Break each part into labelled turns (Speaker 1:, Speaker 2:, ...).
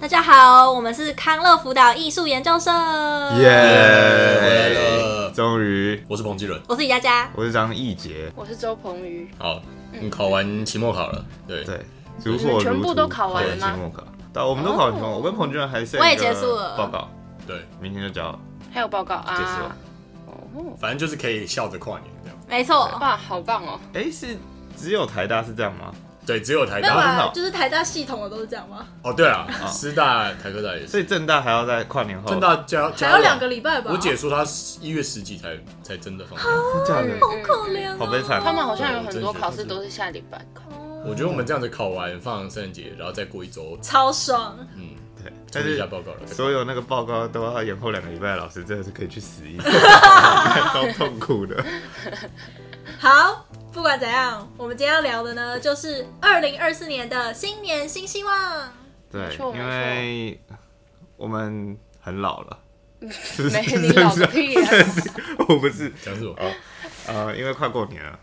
Speaker 1: 大家好，我们是康乐辅导艺术研究社。
Speaker 2: 哎耶！
Speaker 3: 耶！
Speaker 2: 终于，
Speaker 3: 呃我是彭继伦。
Speaker 1: 我是李佳佳，
Speaker 2: 我是张义杰。
Speaker 4: 我是周鹏宇，
Speaker 3: 好，你考完期末考了，对，
Speaker 2: 对，如火如荼
Speaker 4: 全部都考完了吗
Speaker 2: 对期末考，对，我们都考完期末。
Speaker 4: 哦
Speaker 2: 我跟彭俊仁还剩
Speaker 1: 我也
Speaker 2: 一个
Speaker 1: 结束了
Speaker 2: 报告，
Speaker 3: 对，
Speaker 2: 明天就交，
Speaker 4: 还有报告
Speaker 2: 结束了
Speaker 4: 啊。。哦，
Speaker 3: 反正就是可以笑着跨年这样。
Speaker 1: 没错，
Speaker 4: 哇，好棒哦！
Speaker 2: 哎，是只有台大是这样吗？
Speaker 3: 对，只有台
Speaker 1: 没有
Speaker 3: 大
Speaker 2: 真的
Speaker 1: 啊
Speaker 2: 哦，
Speaker 1: 就是台大系统的都是这样吗？
Speaker 3: 哦，对啊，师大、台科大也
Speaker 2: 所
Speaker 3: 是，
Speaker 2: 以正大还要在跨年后，
Speaker 3: 正大加
Speaker 1: 还
Speaker 3: 加
Speaker 1: 有两个，礼拜吧。
Speaker 3: 我姐说她一月十几才才真的放假。
Speaker 2: 真假的
Speaker 4: 嗯
Speaker 1: 好可怜、哦，
Speaker 2: 好悲惨
Speaker 3: 啊
Speaker 4: 他们好像有很多考试都是下礼拜考，
Speaker 3: 我觉得我们这样子考完放圣诞节，然后再过一周，
Speaker 1: 超爽。
Speaker 3: 嗯，
Speaker 2: 对，但
Speaker 3: 整理一下
Speaker 2: 是
Speaker 3: 报告了。
Speaker 2: 所有那个报告都要延后两个礼拜，老师真的是可以去死 一次，超痛苦的。
Speaker 1: 好，不管怎样，我们今天要聊的呢，就是二零二四年的新年新希望。
Speaker 2: 对
Speaker 4: 没，错
Speaker 2: 因为我们很老了，是
Speaker 4: 没你老个屁啊！
Speaker 2: 我不是，
Speaker 3: 讲什么？
Speaker 2: 呃，因为快过年了，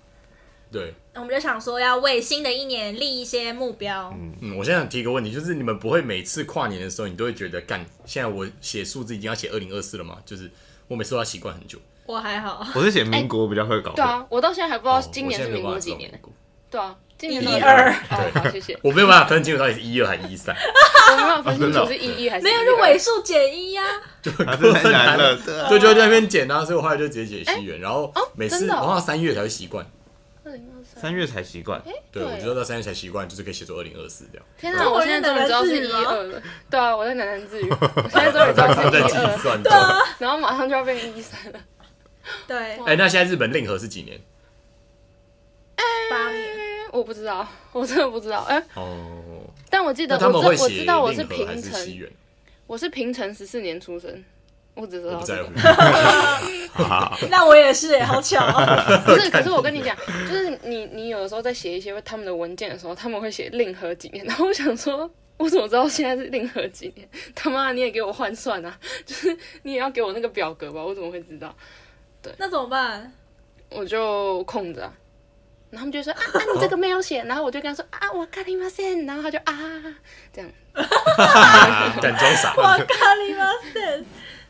Speaker 3: 对，
Speaker 1: 我们就想说要为新的一年立一些目标。
Speaker 3: 嗯，我现在想提一个问题，就是你们不会每次跨年的时候，你都会觉得干，现在我写数字已经要写二零二四了吗？就是我每次都要习惯很久。
Speaker 1: 我还好，
Speaker 2: 我是写
Speaker 1: 哎
Speaker 2: 民国比较会搞
Speaker 4: 对
Speaker 2: 混，
Speaker 4: 啊，我到现在还不知
Speaker 3: 哦
Speaker 4: 道
Speaker 3: 我
Speaker 4: 今年
Speaker 3: 现在
Speaker 4: 是
Speaker 3: 没
Speaker 4: 民
Speaker 3: 有办
Speaker 4: 国
Speaker 3: 法
Speaker 4: 几
Speaker 3: 知道
Speaker 4: 年
Speaker 3: 民
Speaker 4: 呢？
Speaker 3: 国
Speaker 4: 对啊，今年
Speaker 1: 一
Speaker 4: 到底
Speaker 1: 二
Speaker 4: 哦，好，谢谢。
Speaker 3: 我没有办法分清楚到底是一二还是一 三，
Speaker 4: 我没有分清
Speaker 2: 真的哦
Speaker 4: 楚是一一还是
Speaker 1: 没有就
Speaker 4: 入
Speaker 1: 尾数减一呀、
Speaker 2: 啊真的太 难了，对啊
Speaker 3: 就就在那边剪啊，所以我后来就直接写西元，然后每次
Speaker 4: 真的
Speaker 3: 然
Speaker 4: 哎哦
Speaker 3: 后三月才会习惯，
Speaker 4: 二零二三。
Speaker 2: 三月才习
Speaker 1: 哎
Speaker 2: 惯，
Speaker 3: 对
Speaker 4: 对
Speaker 3: 我觉得到三月才习惯，就是可以写出二零二四这样。
Speaker 4: 天哪！我现在终于知道是一二了。 对啊，我在喃喃 自语，我现在终于知道
Speaker 3: 他们
Speaker 4: 是
Speaker 3: 在
Speaker 4: 一
Speaker 3: 计
Speaker 4: 二，
Speaker 3: 算中。
Speaker 4: 然后马上就要变成一三了。
Speaker 1: 对，
Speaker 3: 哎，那现在日本令和是几年？
Speaker 1: 八年。
Speaker 4: 嗯我不知道， 我真的不知道。哎，
Speaker 3: 哦，
Speaker 4: 但我记得
Speaker 3: 那他们
Speaker 4: 我
Speaker 3: 会
Speaker 4: 知我
Speaker 3: 写
Speaker 4: 知
Speaker 3: 令
Speaker 4: 道我是
Speaker 3: 和还
Speaker 4: 平
Speaker 3: 是西
Speaker 4: 成，
Speaker 3: 元？
Speaker 4: 我是平成十四年出生，我只知
Speaker 3: 我
Speaker 4: 道
Speaker 3: 不
Speaker 4: 这
Speaker 3: 在
Speaker 4: 个
Speaker 3: 乎。。
Speaker 1: 那我也是，好巧、 哦。
Speaker 4: 不是，可是我跟你讲，就是你你有的时候在写一些他们的文件的时候，他们会写令和几年，然后我想说，我怎么知道现在是令和几年？ 他妈，你也给我换算啊！就是你也要给我那个表格吧，我怎么会知道？
Speaker 1: 那怎么办？
Speaker 4: 我就空着、啊。然后他们就说啊啊，你这个没有写，然后我就跟他说啊，我卡里马线，然后他就啊这样。
Speaker 3: 敢装傻。
Speaker 1: 哇，咖喱吗？是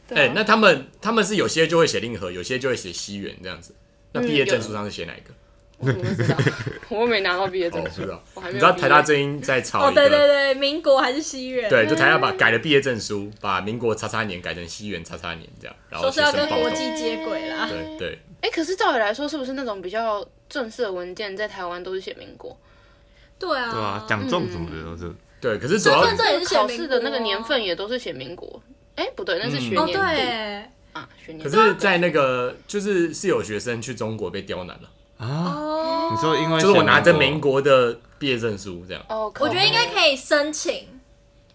Speaker 4: 对
Speaker 3: 哎
Speaker 4: 啊，
Speaker 3: 那他们他们是有些就会写令和，有些就会写西元这样子。那毕业
Speaker 4: 嗯
Speaker 3: 证书上是写哪一个？
Speaker 4: 我怎么知道？我没拿到毕业证
Speaker 3: 哦，不
Speaker 4: 书
Speaker 3: 知，道
Speaker 4: 我还。嗯没
Speaker 3: 你知
Speaker 4: 有
Speaker 3: 道台大
Speaker 4: 毕
Speaker 3: 最近在吵
Speaker 1: 哦，
Speaker 3: 一个
Speaker 1: 对对对，民国还是西元？
Speaker 3: 对，就台大把改了毕业证书，把民国叉叉年改成西元叉叉年这样，然后
Speaker 1: 说是要
Speaker 3: 学生
Speaker 1: 跟
Speaker 3: 报
Speaker 1: 国
Speaker 3: 告
Speaker 1: 际接轨啦。
Speaker 3: 对对，
Speaker 4: 哎，可是照理来说，是不是那种比较正式的文件在台湾都是写民国？
Speaker 1: 对啊，嗯
Speaker 2: 对啊，奖状什么的都是，
Speaker 3: 对，可是主要
Speaker 1: 身份证也是写
Speaker 4: 考
Speaker 1: 民
Speaker 4: 试
Speaker 1: 国
Speaker 4: 的那个年份也都是写民国。哎、不对，
Speaker 2: 嗯
Speaker 4: 那是学年
Speaker 1: 哦，
Speaker 4: 度、
Speaker 1: 对，
Speaker 4: 啊，学年
Speaker 3: 可
Speaker 4: 度。
Speaker 3: 是，在那个就是是有学生去中国被刁难了，
Speaker 2: 啊，
Speaker 1: 哦，
Speaker 2: 你说因为
Speaker 3: 就是我拿着
Speaker 2: 写
Speaker 3: 民国的毕业证书这样。
Speaker 4: 哦，
Speaker 1: 我觉得应该
Speaker 4: 以。
Speaker 1: 可以申请，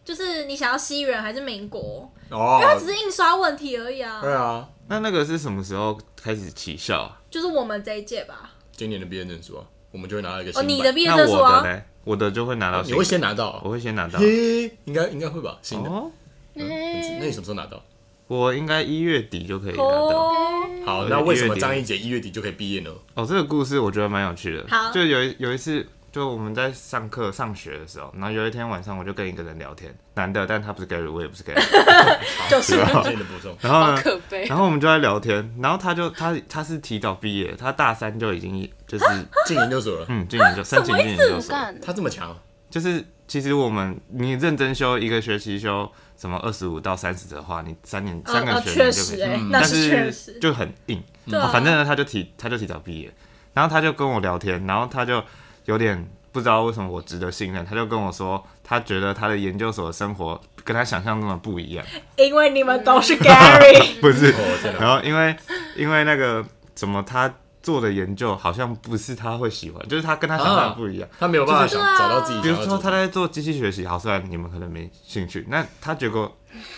Speaker 1: 就是你想要西元还是民国，
Speaker 3: 哦
Speaker 1: 因为它只是印刷问题而已啊，
Speaker 3: 对啊，
Speaker 2: 那那个是什么时候开始起效啊？
Speaker 1: 就是我们这一届吧。
Speaker 3: 今年的毕业证书啊，我们就会拿到一个新
Speaker 1: 哦，
Speaker 3: 版
Speaker 1: 你的毕业
Speaker 2: 那
Speaker 1: 证书
Speaker 2: 我的
Speaker 1: 啊，
Speaker 2: 呢？我的就会拿到
Speaker 3: 你
Speaker 2: 新的，
Speaker 3: 会先拿到
Speaker 2: 我
Speaker 3: 啊，
Speaker 2: 会先拿到。
Speaker 3: 嘿，应该应该会吧，新的。
Speaker 2: 哦，
Speaker 3: 那你什么时候拿到？
Speaker 2: 我应该一月底就可以拿到。
Speaker 1: 哦，
Speaker 3: 好，
Speaker 2: 我
Speaker 3: 那为什
Speaker 2: 呃一月
Speaker 3: 么
Speaker 2: 底
Speaker 3: 张一姐一月底就可以毕业呢？
Speaker 2: 哦，这个故事我觉得蛮有趣的。
Speaker 1: 好
Speaker 2: 就有一有一次，就我们在上课上学的时候，然后有一天晚上我就跟一个人聊天，男的，但他不是 Gary，我也不是 Gary，
Speaker 3: 就是感谢你的补充。
Speaker 2: 然后
Speaker 4: 好
Speaker 2: 呢，
Speaker 4: 可
Speaker 2: 嗯
Speaker 4: 悲，
Speaker 2: 然后我们就在聊天，然后他就他他是提早毕业，他大三就已经就是
Speaker 3: 进研究所了，
Speaker 2: 嗯进研究申请进研究所，
Speaker 4: 干
Speaker 3: 他这么强啊，
Speaker 2: 就是其实我们你认真修一个学期修什么二十五到三十的话，你三年三个
Speaker 1: 哦
Speaker 2: 学
Speaker 1: 确
Speaker 2: 年就可
Speaker 1: 实
Speaker 2: 以，
Speaker 1: 哎
Speaker 2: 嗯，
Speaker 1: 那
Speaker 2: 但
Speaker 1: 是确
Speaker 2: 是
Speaker 1: 实，
Speaker 2: 就很硬。
Speaker 1: 对
Speaker 2: 哦
Speaker 1: 啊，
Speaker 2: 反正呢，他就提他就提早毕业，然后他就跟我聊天，然后他就有点不知道为什么我值得信任，他就跟我说，他觉得他的研究所的生活跟他想象中的不一样，
Speaker 1: 因为你们都是 Gary，
Speaker 2: 不是？
Speaker 3: 哦，真的。
Speaker 2: 然后因为因为那个什么他做的研究好像不是他会喜欢，就是他跟他想象的不一样。
Speaker 3: 他没有办法
Speaker 2: 就是
Speaker 3: 想
Speaker 1: 对啊
Speaker 3: 找到自己
Speaker 2: 比
Speaker 3: 想
Speaker 2: 如
Speaker 3: 要做
Speaker 2: 说
Speaker 3: 的。
Speaker 2: 他在做机器学习，好，虽然你们可能没兴趣，那他结果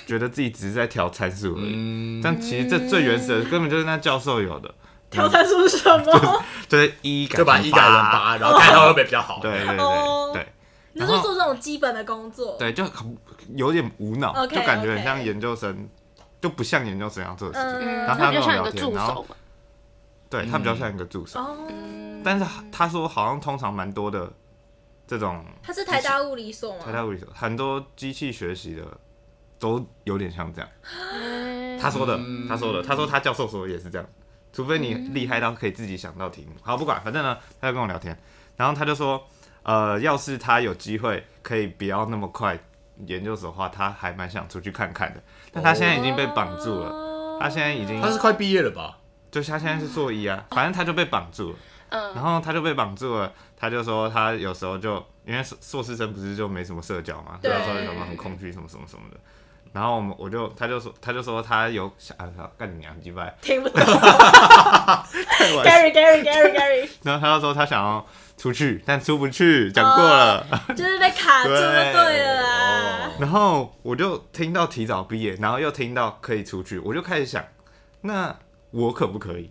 Speaker 2: 觉得自己只是在调参数而已，
Speaker 3: 嗯，
Speaker 2: 但其实这最原始的根本就是那教授有的，
Speaker 1: 挑战出什么？
Speaker 2: 就是一改
Speaker 3: 就把
Speaker 2: 成
Speaker 3: 一改成
Speaker 2: 八
Speaker 3: 八，然后看他会不会比较好。
Speaker 2: 对对
Speaker 1: 哦
Speaker 2: 对对，
Speaker 1: 你就
Speaker 2: 然
Speaker 1: 是
Speaker 2: 后
Speaker 1: 做这种基本的工作，
Speaker 2: 对，就很有点无脑
Speaker 1: OK，
Speaker 2: 就感觉很
Speaker 1: OK
Speaker 2: 像研究生，就不像研究生要做的事
Speaker 1: 嗯，
Speaker 2: 情。
Speaker 4: 嗯，
Speaker 2: 然后
Speaker 4: 他
Speaker 2: 他
Speaker 4: 比
Speaker 2: 跟
Speaker 4: 较
Speaker 2: 我
Speaker 4: 像一
Speaker 2: 聊
Speaker 4: 个
Speaker 2: 天
Speaker 4: 助
Speaker 2: 然后
Speaker 4: 手吧。
Speaker 2: 对他比较像一个助手，
Speaker 1: 哦，
Speaker 4: 嗯，
Speaker 2: 但是他说好像通常蛮多的这种
Speaker 1: 他是台大物理所吗？
Speaker 2: 台大物理所很多机器学习的都有点像这样。他说的，他说的，他说他教授说也是这样，除非你厉害到可以自己想到题目。好，不管，反正呢，他就跟我聊天，然后他就说，呃，要是他有机会可以不要那么快研究所的话，他还蛮想出去看看的。但他现在已经被绑住了，
Speaker 1: 了
Speaker 2: 他现在已经
Speaker 3: 他是快毕业了吧？
Speaker 2: 就是他现在是硕一啊，反正他就被绑住了。
Speaker 4: 嗯
Speaker 2: 然后他就被绑住了，他就说他有时候就因为硕硕士生不是就没什么社交嘛，
Speaker 1: 对
Speaker 2: 对啊他说什么很空虚什么什么什么的。然后我们我就他就说他就说他有想啊干你娘鸡掰，
Speaker 1: 听不懂。
Speaker 2: 太晚
Speaker 1: Gary Gary Gary
Speaker 2: 然后他就说他想要出去，但出不去，讲过了。
Speaker 1: Gary，就是被卡住就对了啊啦。
Speaker 3: 哦，
Speaker 2: 然后我就听到提早毕业，然后又听到可以出去，我就开始想，那我可不可以？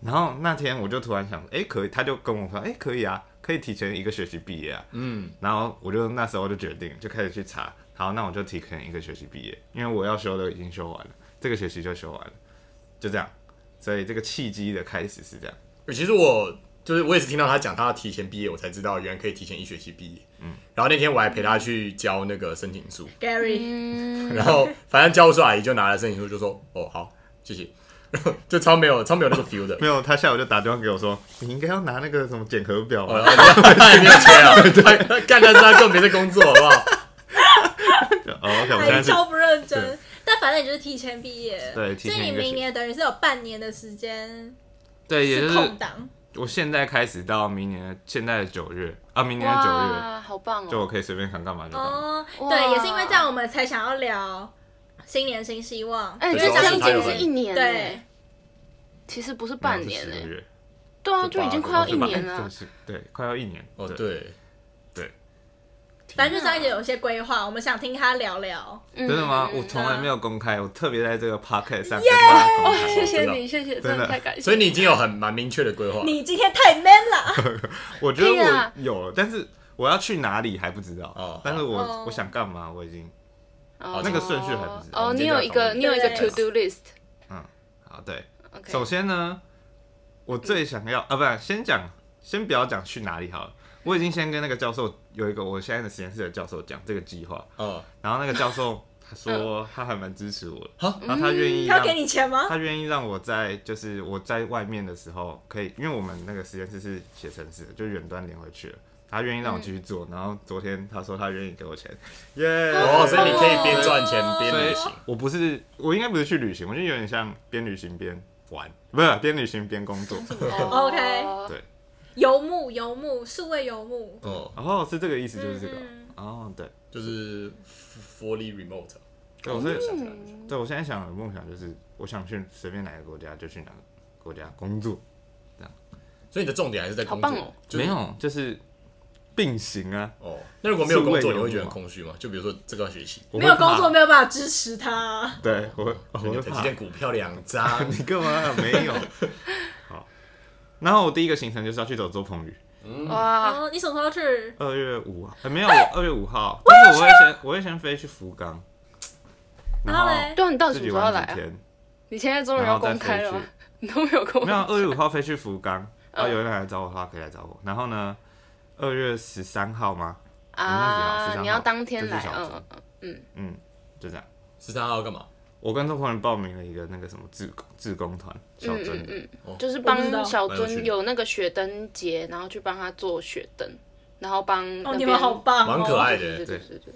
Speaker 2: 然后那天我就突然想，哎，可以，他就跟我说，哎，可以啊，可以提前一个学期毕业啊。
Speaker 3: 嗯，
Speaker 2: 然后我就那时候就决定，就开始去查，好，那我就提前一个学期毕业，因为我要修的已经修完了，这个学期就修完了，就这样。所以这个契机的开始是这样，
Speaker 3: 其实我就是我也是听到他讲他要提前毕业，我才知道原来可以提前一学期毕业。嗯，然后那天我还陪他去交那个申请书，
Speaker 1: Gary，
Speaker 3: 然后反正教务处阿姨就拿了申请书就说：“哦，好，谢谢。”然后就超没有超没有那个 feel 的，
Speaker 2: 没有，他下午就打电话给我说，你应该要拿那个什么检核表吧，啊
Speaker 3: 哦，他也没有缺啊，他干但是他根本没在工作，好不好？
Speaker 2: 就哦，OK，我现
Speaker 1: 还
Speaker 2: 在是
Speaker 1: 超不认真
Speaker 2: 对。
Speaker 1: 但反正你就是提前毕业，
Speaker 2: 对提
Speaker 1: 所
Speaker 2: 前
Speaker 1: 以
Speaker 2: 一
Speaker 1: 你
Speaker 2: 个学
Speaker 1: 明年等于是有半年的时间
Speaker 2: 对，也就是
Speaker 1: 空档。
Speaker 2: 我现在开始到明年的现在的九月啊，明年的九月，
Speaker 4: 哇，好棒
Speaker 2: 就我
Speaker 4: 哦！
Speaker 2: 可以随便想干嘛就干嘛。啊
Speaker 1: 哦，
Speaker 4: 哇
Speaker 1: 对，也是因为这样，我们才想要聊新年新希望。
Speaker 4: 哎，
Speaker 1: 因
Speaker 4: 这
Speaker 1: 为
Speaker 3: 这
Speaker 1: 张
Speaker 4: 将
Speaker 3: 样子
Speaker 4: 近
Speaker 1: 静
Speaker 4: 是一年
Speaker 1: 对
Speaker 4: 欸，其实不是
Speaker 2: 没有
Speaker 4: 半
Speaker 2: 嗯是
Speaker 4: 年
Speaker 2: 十个
Speaker 4: 哎，
Speaker 2: 月，
Speaker 4: 对啊，就已经快要一
Speaker 2: 是吧
Speaker 4: 年
Speaker 2: 哎
Speaker 4: 了
Speaker 2: 对。是对，快要一年。
Speaker 3: 哦，，对，
Speaker 1: 反正就张一姐有一些规划，我们想听她聊聊。
Speaker 4: 真
Speaker 2: 真的吗？
Speaker 4: 嗯
Speaker 2: 我从来没有公开，我特别在这个 podcast 上跟大家公
Speaker 4: 哦，
Speaker 2: 开。
Speaker 4: 谢谢
Speaker 3: 真的
Speaker 4: 你，谢谢，
Speaker 2: 真
Speaker 4: 真
Speaker 2: 的
Speaker 4: 的太感谢。
Speaker 3: 所以你已经有很蛮明确的规划。
Speaker 1: 你今天太 man 了，
Speaker 2: 我觉得
Speaker 4: 屁啊
Speaker 2: 我有了，但是我要去哪里还不知
Speaker 3: 哦
Speaker 2: 道。但是我
Speaker 1: 哦
Speaker 2: 我想干嘛，我已经
Speaker 4: 哦
Speaker 2: 那个顺序还不知道
Speaker 4: 哦，
Speaker 2: 我们
Speaker 4: 你
Speaker 2: 今天
Speaker 4: 有
Speaker 2: 就
Speaker 4: 一
Speaker 2: 要
Speaker 4: 个，
Speaker 2: 讨论
Speaker 4: 你有一个
Speaker 1: 对
Speaker 4: to do list。
Speaker 2: 好对。
Speaker 4: OK，
Speaker 2: 首先呢，我最想要啊，不然先讲，先不要讲去哪里好了。我已经先跟那个教授有一个我现在的实验室的教授讲这个计划，
Speaker 3: 哦，
Speaker 2: 然后那个教 授他说他还蛮支持我的，
Speaker 3: 好
Speaker 2: 然后他愿意
Speaker 1: 她
Speaker 2: 让
Speaker 1: 要嗯给你钱吗？
Speaker 2: 他愿意让我在就是我在外面的时候可以，因为我们那个实验室是写程式的，就远端连回去了。他愿意让我继续做，然后昨天他说他愿意给 我钱，耶、
Speaker 3: 哦，所以你可以边赚钱边
Speaker 2: 所以
Speaker 3: 旅行。
Speaker 2: 我不是我应该不是去旅行，我就有点像边旅行边玩，不是边旅行边工 作。
Speaker 4: 哦
Speaker 1: OK
Speaker 2: 对，
Speaker 1: 游牧，游牧，数位游牧。
Speaker 3: 哦，
Speaker 2: 哦，是这个意思，就是这个
Speaker 1: 嗯。
Speaker 2: 哦，对，
Speaker 3: 就是 fully remote。
Speaker 2: 对，我是
Speaker 3: 想起
Speaker 1: 嗯
Speaker 3: 来了
Speaker 4: 嗯
Speaker 2: 对我现在想的梦想就是，我想去随便哪个国家就去哪个国家工作，
Speaker 3: 所以你的重点还是在工
Speaker 4: 好棒
Speaker 3: 作
Speaker 4: 哦，
Speaker 3: 就是
Speaker 2: 没有就是并行啊。
Speaker 3: 哦。那如果没有工
Speaker 2: 数
Speaker 3: 作，
Speaker 2: 位
Speaker 3: 你
Speaker 2: 游牧
Speaker 3: 会觉得
Speaker 2: 嘛
Speaker 3: 很空虚吗？就比如说这段学期，
Speaker 2: 我
Speaker 1: 没有
Speaker 2: 会怕
Speaker 1: 工作，没有办法支持她。
Speaker 2: 对我会我
Speaker 3: 就
Speaker 2: 会
Speaker 3: 你可能
Speaker 2: 怕，
Speaker 3: 只。见股票两 张
Speaker 2: 你干嘛没 有？好，然后我第一个行程就是要去走周鹏宇，
Speaker 4: 哇，
Speaker 1: 哦，你什么时候去？
Speaker 2: 二月五号，呃没有，我二月五号，但是我会先我会先飞去福冈，
Speaker 1: 然
Speaker 2: 后
Speaker 1: 后嘞，
Speaker 4: 对啊，你到底
Speaker 2: 自
Speaker 4: 什
Speaker 2: 己
Speaker 4: 么时候要
Speaker 2: 玩
Speaker 4: 来
Speaker 2: 几
Speaker 4: 啊？
Speaker 2: 天，
Speaker 4: 你现在终于
Speaker 2: 然
Speaker 4: 要
Speaker 2: 后再
Speaker 4: 公开
Speaker 2: 飞
Speaker 4: 了
Speaker 2: 去
Speaker 4: 吗？你都没有公
Speaker 1: 啊
Speaker 2: 没
Speaker 4: 开
Speaker 2: 有，二月五号飞去福冈，
Speaker 1: 嗯
Speaker 2: 然后有人来找我的话可以来找我。然后呢，二月十三号吗？
Speaker 4: 啊
Speaker 2: 我们那几号十三？号
Speaker 4: 你要当天来
Speaker 2: 这，是小
Speaker 4: 嗯嗯嗯
Speaker 2: 嗯，就这样。
Speaker 3: 十三号干嘛？
Speaker 2: 我跟周鹏宇报名了一个那个什么志志工团小
Speaker 4: 嗯
Speaker 2: 镇
Speaker 4: 嗯
Speaker 2: 的，
Speaker 4: 嗯
Speaker 3: 哦
Speaker 4: 嗯，就是
Speaker 1: 我不知道
Speaker 4: 帮小
Speaker 3: 蛮有趣
Speaker 4: 尊
Speaker 3: 的
Speaker 4: 有那个雪灯节，然后去帮他做雪灯，然后帮
Speaker 1: 哦，
Speaker 4: 那
Speaker 1: 你
Speaker 4: 边
Speaker 1: 们好棒 哦，
Speaker 3: 蛮可爱
Speaker 4: 对对
Speaker 3: 的。
Speaker 4: 对对对，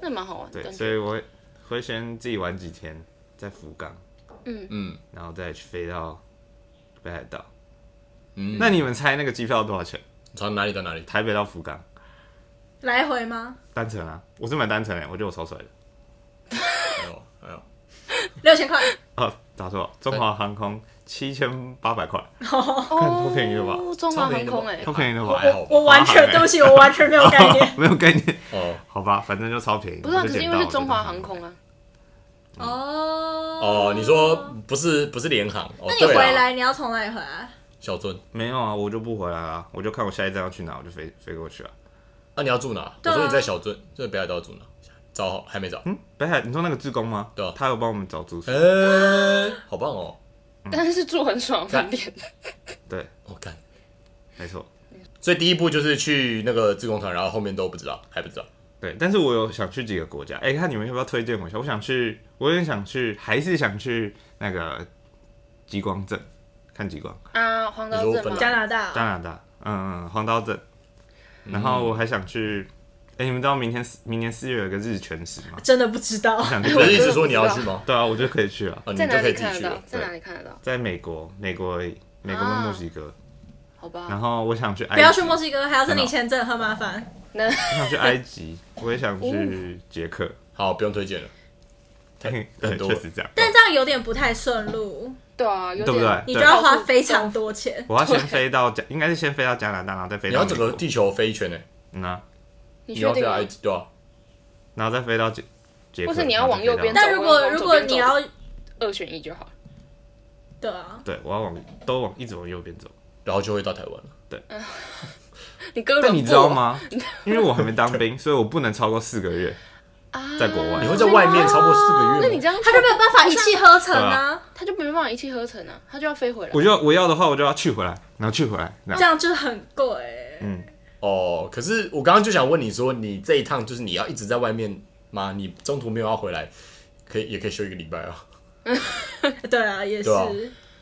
Speaker 4: 那蛮好玩的
Speaker 2: 对，
Speaker 4: 感
Speaker 2: 所
Speaker 4: 觉。
Speaker 2: 以我会会先自己玩几天，在福冈，
Speaker 3: 嗯
Speaker 2: 然后再去飞到北海道。
Speaker 3: 嗯，
Speaker 2: 那你们猜那个机票多少钱？
Speaker 3: 从哪里到哪里？
Speaker 2: 台北到福冈，
Speaker 1: 来回吗？
Speaker 2: 单程啊，我是买单程哎、我觉得我超帅的。
Speaker 3: 哎呦哎呦，
Speaker 1: 六千块，
Speaker 2: 哦，打错了，中华航空七千八百块，看
Speaker 4: 哦
Speaker 2: 多便宜了吧？
Speaker 4: 中华
Speaker 3: 超便宜
Speaker 4: 航
Speaker 3: 的
Speaker 4: 空
Speaker 3: 吧
Speaker 4: 哎
Speaker 2: 超，便宜的吧？哎
Speaker 3: 还好吧
Speaker 1: 我完全对不起，我完全没有概念。
Speaker 2: 没有概念，
Speaker 3: 哦
Speaker 2: 好吧，反正就超便宜。
Speaker 4: 不是啊，
Speaker 2: 我
Speaker 4: 可
Speaker 2: 就是捡
Speaker 4: 因为
Speaker 2: 到
Speaker 4: 是中华航，空啊，
Speaker 1: 哦
Speaker 3: 哦，你说不是不是联航？哦
Speaker 1: 那你回
Speaker 3: 对啦
Speaker 1: 来你要从哪里回来？
Speaker 3: 小尊，
Speaker 2: 我就没有啊，我就不回来了，我就看我下一站要去哪，我就飞飞过去啊。
Speaker 3: 那你要住哪？我
Speaker 1: 对啊
Speaker 3: 说你在小尊，这北海道住哪？找好还没找？
Speaker 2: 嗯，北海，你说那个志工吗？
Speaker 3: 对啊
Speaker 2: 他有帮我们找住宿。
Speaker 3: 哎，好棒哦！
Speaker 4: 但是住很爽的饭店，
Speaker 2: 对，
Speaker 3: 我干，
Speaker 2: 没错。
Speaker 3: 所以第一步就是去那个自贡团，然后后面都不知道，还不知道。
Speaker 2: 对，但是我有想去几个国家，哎、看你们要不要推荐我一下？我想去，我有点想去，还是想去那个极光镇看极光，
Speaker 4: 啊，黄刀
Speaker 3: 你说
Speaker 4: 镇
Speaker 3: 芬
Speaker 4: 吗
Speaker 3: 兰？
Speaker 1: 加拿大
Speaker 2: 加
Speaker 1: 哦，
Speaker 2: 拿大，嗯，嗯，黄刀镇，然后我还想去，哎、你们知道明天四明年四月有一个日全食吗？
Speaker 1: 真的不知道
Speaker 2: 我。想
Speaker 3: 你
Speaker 2: 去
Speaker 3: 不
Speaker 4: 我
Speaker 3: 是一
Speaker 2: 看，
Speaker 3: 直说你要去吗？
Speaker 2: 对啊，我就可以去啊，
Speaker 3: 啊，你
Speaker 4: 在
Speaker 3: 就
Speaker 4: 哪
Speaker 3: 可
Speaker 4: 里
Speaker 3: 以自己
Speaker 4: 看
Speaker 3: 去
Speaker 4: 得到
Speaker 3: 了？。
Speaker 4: 在
Speaker 2: 对
Speaker 4: 哪里看得到？
Speaker 2: 在美国，美国而已，美国跟墨西哥，
Speaker 4: 好吧，
Speaker 2: 然后我想去埃及，
Speaker 1: 不要去墨西哥，还要申请签证，很麻烦。
Speaker 4: 那
Speaker 2: 我想去埃及，我也想去捷克，
Speaker 3: 好，不用推荐了。
Speaker 2: 对，
Speaker 3: 很多
Speaker 2: 确实这样，
Speaker 1: 但这样有点不太顺路，
Speaker 4: 对啊，有
Speaker 2: 对不对
Speaker 1: 你就要花非常多钱。
Speaker 2: 我要先飞到加，应该是先飞到加拿大，然后再飞
Speaker 3: 你
Speaker 2: 到
Speaker 3: 要
Speaker 2: 美
Speaker 3: 整
Speaker 2: 国
Speaker 3: 个地球飞一圈呢，
Speaker 2: 嗯啊，
Speaker 4: 你
Speaker 3: 你
Speaker 4: 确
Speaker 3: 要
Speaker 4: 定
Speaker 3: 飞
Speaker 4: 吗
Speaker 3: 埃？及对啊吧？
Speaker 2: 然后再飞到捷捷克，
Speaker 4: 或是你要
Speaker 2: 然后
Speaker 4: 往
Speaker 2: 再飞
Speaker 4: 右
Speaker 2: 到
Speaker 4: 边
Speaker 1: 但如果
Speaker 4: 走
Speaker 1: 如果你要
Speaker 4: 二选一就好。
Speaker 1: 对啊，
Speaker 2: 对，我要往都往一直往右边走。
Speaker 3: 然后就会到台湾了。
Speaker 4: 你哥，
Speaker 2: 但你知道？ 吗？因为我还没当兵，所以我不能超过四个月。
Speaker 4: 啊
Speaker 2: 在国外
Speaker 3: 你会在外面超过四个月吗？
Speaker 4: 那你这样，
Speaker 1: 他就没有办法一气呵成啊，
Speaker 4: 他就没办法一气呵成啊，他就要飞回来
Speaker 2: 我。就要我要的话，我就要去回来，然后去回来，然
Speaker 1: 这
Speaker 2: 后
Speaker 1: 样就很贵。
Speaker 2: 嗯，
Speaker 3: 哦，可是我刚刚就想问你说，你这一趟就是你要一直在外面吗？你中途没有要回来，可以也可以休一个礼拜啊。
Speaker 1: 对啊，也是
Speaker 3: 对啊。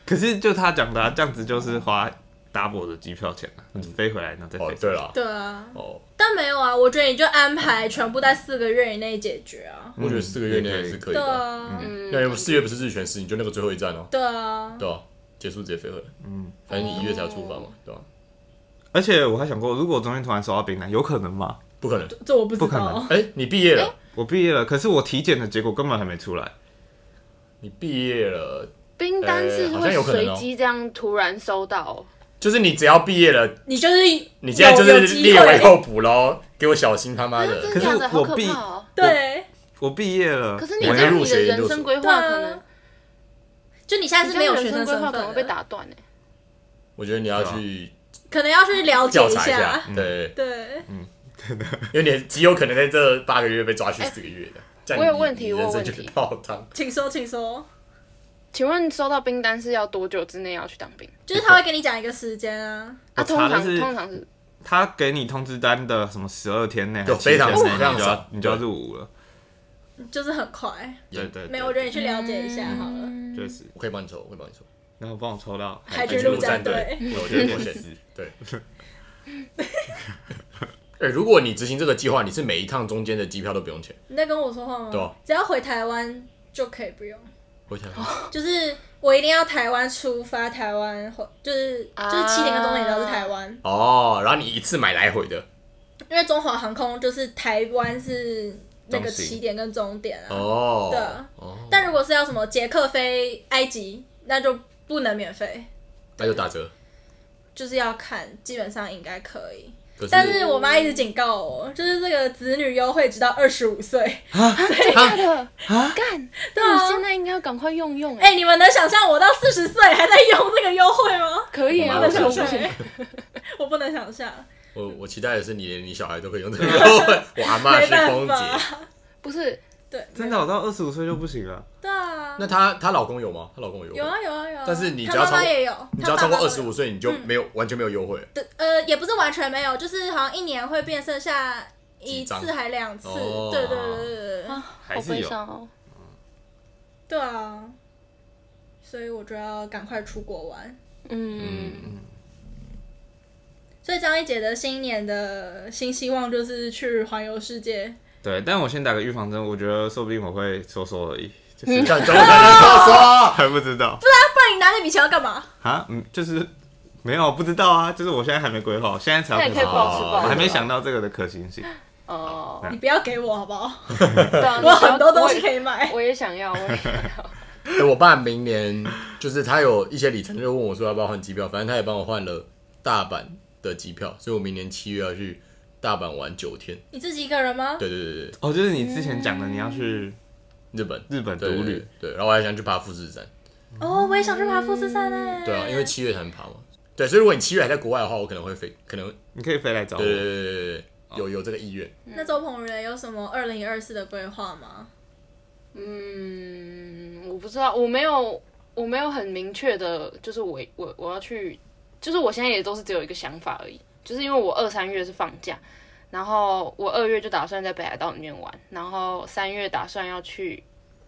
Speaker 2: 可是就他讲的、啊，这样子就是花 double 的机票钱了、你飞回来然后再
Speaker 3: 哦
Speaker 2: 飞。，
Speaker 3: 对了，
Speaker 1: 对啊，
Speaker 3: 哦，
Speaker 1: 但没有啊，我觉得你就安排全部在四个月以内解决啊。
Speaker 2: 嗯
Speaker 3: 我觉得四个月内也是可
Speaker 1: 对
Speaker 3: 以的。
Speaker 1: 啊，
Speaker 4: 嗯
Speaker 3: 那要不四月不是日全食，你就那个最后一站哦，
Speaker 1: 对啊，
Speaker 3: 对啊，结束直接飞回来。
Speaker 2: 嗯，
Speaker 3: 反正你一月才要出发
Speaker 4: 哦
Speaker 3: 嘛，对吧？啊
Speaker 2: 而且我还想过，如果我中间突然收到兵单，有可能吗？
Speaker 3: 不可能。
Speaker 1: 这我不
Speaker 2: 不
Speaker 1: 知
Speaker 2: 可
Speaker 1: 道
Speaker 2: 能。
Speaker 3: 哎，你毕业了，
Speaker 2: 我毕业了，可是我体检的结果根本还没出来。
Speaker 3: 你毕业了，
Speaker 4: 冰单是
Speaker 3: 呃好
Speaker 4: 会
Speaker 3: 像有可能
Speaker 4: 随
Speaker 3: 哦
Speaker 4: 机这样突然收到，哦
Speaker 3: 就是你只要毕业了，
Speaker 1: 你就是
Speaker 3: 你现在就
Speaker 1: 有有
Speaker 3: 是
Speaker 1: 机
Speaker 3: 列为
Speaker 1: 会，
Speaker 3: 候补喽，给我小心他妈的。
Speaker 4: 哎真
Speaker 2: 可
Speaker 4: 的
Speaker 2: 是
Speaker 4: 假的？好
Speaker 2: 我
Speaker 4: 可
Speaker 2: 毕
Speaker 4: 怕哦！
Speaker 1: 对，
Speaker 2: 我毕业了，
Speaker 4: 可是你啊
Speaker 2: 我
Speaker 4: 这
Speaker 2: 要
Speaker 4: 样，
Speaker 3: 入
Speaker 4: 你的
Speaker 3: 学研究
Speaker 4: 人
Speaker 3: 所
Speaker 4: 生规
Speaker 1: 对
Speaker 4: 划可能
Speaker 1: 啊，。就你现在
Speaker 4: 你
Speaker 1: 是
Speaker 4: 这
Speaker 1: 没有
Speaker 4: 样
Speaker 1: 学
Speaker 4: 人
Speaker 1: 生
Speaker 4: 生规
Speaker 1: 身
Speaker 4: 划
Speaker 1: 份啊
Speaker 4: 可能
Speaker 1: 的
Speaker 4: 会被，打断哎。
Speaker 3: 我觉得你要去
Speaker 1: 可能要去了解
Speaker 3: 调
Speaker 1: 一
Speaker 3: 查一下
Speaker 2: 嗯
Speaker 1: 下。，
Speaker 3: 嗯对，
Speaker 1: 对，
Speaker 3: 因为你极有可能在这八个月被抓去四个月的。这样
Speaker 4: 我有
Speaker 3: 你
Speaker 4: 问题
Speaker 3: 你
Speaker 4: 我有
Speaker 3: 人生
Speaker 4: 问
Speaker 3: 就
Speaker 4: 题
Speaker 3: 泡汤。
Speaker 1: 请说，请说。
Speaker 4: 请问收到冰单是要多久之内要去当兵？
Speaker 1: 就是他会跟你讲一个时间啊，
Speaker 4: 啊，
Speaker 2: 我
Speaker 4: 通
Speaker 2: 查的
Speaker 4: 常
Speaker 2: 是
Speaker 4: 通常是
Speaker 2: 他给你通知单的什么十二天内，
Speaker 3: 有非常
Speaker 2: 还是7天内
Speaker 3: 非常
Speaker 2: 你就要
Speaker 3: 少
Speaker 2: 你就要入伍了。
Speaker 1: 就是很快。
Speaker 2: 对对，对
Speaker 1: 没有，我觉得你去了解一下好了。
Speaker 4: 嗯
Speaker 2: 确实。
Speaker 3: 我可以帮你抽，我可以帮你抽。
Speaker 2: 然后帮我抽到
Speaker 1: 海
Speaker 3: 军
Speaker 1: 军
Speaker 3: 陆
Speaker 1: 陆战
Speaker 3: 战队
Speaker 1: 队，
Speaker 3: 我觉得 我选
Speaker 2: 是
Speaker 3: 对。 哎、如果你执行这个计划，你是每一趟中间的机票都不用钱，
Speaker 1: 你在跟我说话吗？
Speaker 3: 对啊
Speaker 1: 只要回台湾就可以不用，
Speaker 3: 我想
Speaker 1: 就是我一定要台湾出发，台湾回就是
Speaker 4: 啊
Speaker 1: 就是七点跟终点都是台湾，
Speaker 3: 哦，然后你一次买来回的
Speaker 1: 因为中华航空就是台湾是那个
Speaker 2: 中心
Speaker 1: 起点跟终点啊。
Speaker 3: 哦，
Speaker 1: 对
Speaker 3: 哦，
Speaker 1: 但如果是要什么捷克飞埃及，那就不能免费，
Speaker 3: 那就打折。
Speaker 1: 就是要看，基本上应该可以。
Speaker 3: 可是
Speaker 1: 但是我妈一直警告我，就是这个子女优惠直到二十五岁。
Speaker 4: 假的干，
Speaker 3: 嗯
Speaker 4: 那
Speaker 1: 啊
Speaker 4: 你现在应该要赶快用用
Speaker 1: 哎、
Speaker 4: 哎，
Speaker 1: 你们能想象我到四十岁还在用这个优惠吗？
Speaker 4: 可以
Speaker 3: 我
Speaker 4: 啊，
Speaker 3: 妈
Speaker 4: 为
Speaker 3: 不
Speaker 4: 什
Speaker 3: 想
Speaker 4: 么
Speaker 3: 说
Speaker 4: 不行？
Speaker 1: 我不能想象，
Speaker 3: 我我期待的是你连你小孩都可以用这个优惠，我阿妈
Speaker 1: 啊没
Speaker 3: 是
Speaker 1: 办
Speaker 3: 空
Speaker 1: 法
Speaker 3: 姐，。
Speaker 4: 不是，
Speaker 1: 对，
Speaker 2: 真的，我到二十五岁就不行了。
Speaker 1: 对啊，
Speaker 3: 那她她老公有吗？她老公有优惠
Speaker 1: 有啊有啊有啊。
Speaker 3: 但是你只
Speaker 1: 他
Speaker 3: 要
Speaker 1: 妈
Speaker 3: 超
Speaker 1: 妈
Speaker 3: 过
Speaker 1: 也有，
Speaker 3: 你只要超过二十
Speaker 1: 他爸嗯
Speaker 3: 五
Speaker 1: 爸
Speaker 3: 岁，你就没有、完全没有优惠。
Speaker 1: 都有，对呃，也不是完全没有，就是好像一年会变剩下一
Speaker 3: 几张
Speaker 1: 次还两次，
Speaker 3: 哦
Speaker 1: 对对对对对对，
Speaker 2: 还
Speaker 4: 好
Speaker 2: 是
Speaker 4: 悲
Speaker 2: 有
Speaker 4: 伤哦。
Speaker 1: 对啊。所以我就要赶快出国玩。
Speaker 4: 嗯，
Speaker 1: 所以张一姐的新年的新希望就是去环游世界。
Speaker 2: 对，但我先打个预防针，我觉得说不定我会收缩 而已，就
Speaker 3: 你
Speaker 2: 是
Speaker 3: 看，怎么可 能这么
Speaker 2: 还不知道
Speaker 1: 不然你拿那笔钱要干嘛？
Speaker 2: 啊，嗯，就是没有不知道啊，就是我现在还没规划，我现在才
Speaker 4: 那
Speaker 2: 要
Speaker 4: 也可以
Speaker 2: 规
Speaker 4: 不
Speaker 2: 划，
Speaker 4: 好吃
Speaker 3: 哦
Speaker 4: 不
Speaker 2: 我
Speaker 4: 好
Speaker 2: 还
Speaker 4: 吃
Speaker 2: 没想到这个的可行性。
Speaker 4: 哦。
Speaker 1: 你不要给我好不好？
Speaker 4: 对啊，
Speaker 1: 我有 很多东西
Speaker 4: 以，
Speaker 1: 可以买。
Speaker 4: 我也想要，我也想要。
Speaker 3: 说？欸我爸明年就是他有一些里程，就问我说要不要换机票，反正他也帮我换了大阪的机票，所以我明年七月要去大阪玩九天。
Speaker 1: 你自己一个人吗？
Speaker 3: 对对对对，
Speaker 2: 哦，就是你之前讲的，你要去
Speaker 3: 日本
Speaker 2: 日本独
Speaker 3: 对对
Speaker 2: 旅，
Speaker 3: 对，然后我还想去爬富士山，
Speaker 1: 哦，我也想去爬富士山欸呢。
Speaker 3: 对啊，因为七月才能爬嘛。对，所以如果你七月还在国外的话，我可能会飞，可能
Speaker 2: 你可以飞来找我
Speaker 3: 对。对对对对对，有有这个意愿。
Speaker 1: 那周鹏人有什么二零二四的规划吗？
Speaker 4: 嗯，我不知道，我没有，我没有很明确的，就是我我我要去，就是我现在也都是只有一个想法而已。就是因为我二三月是放假，然后我二月就打算在北海道里面玩，然后三月打算要去，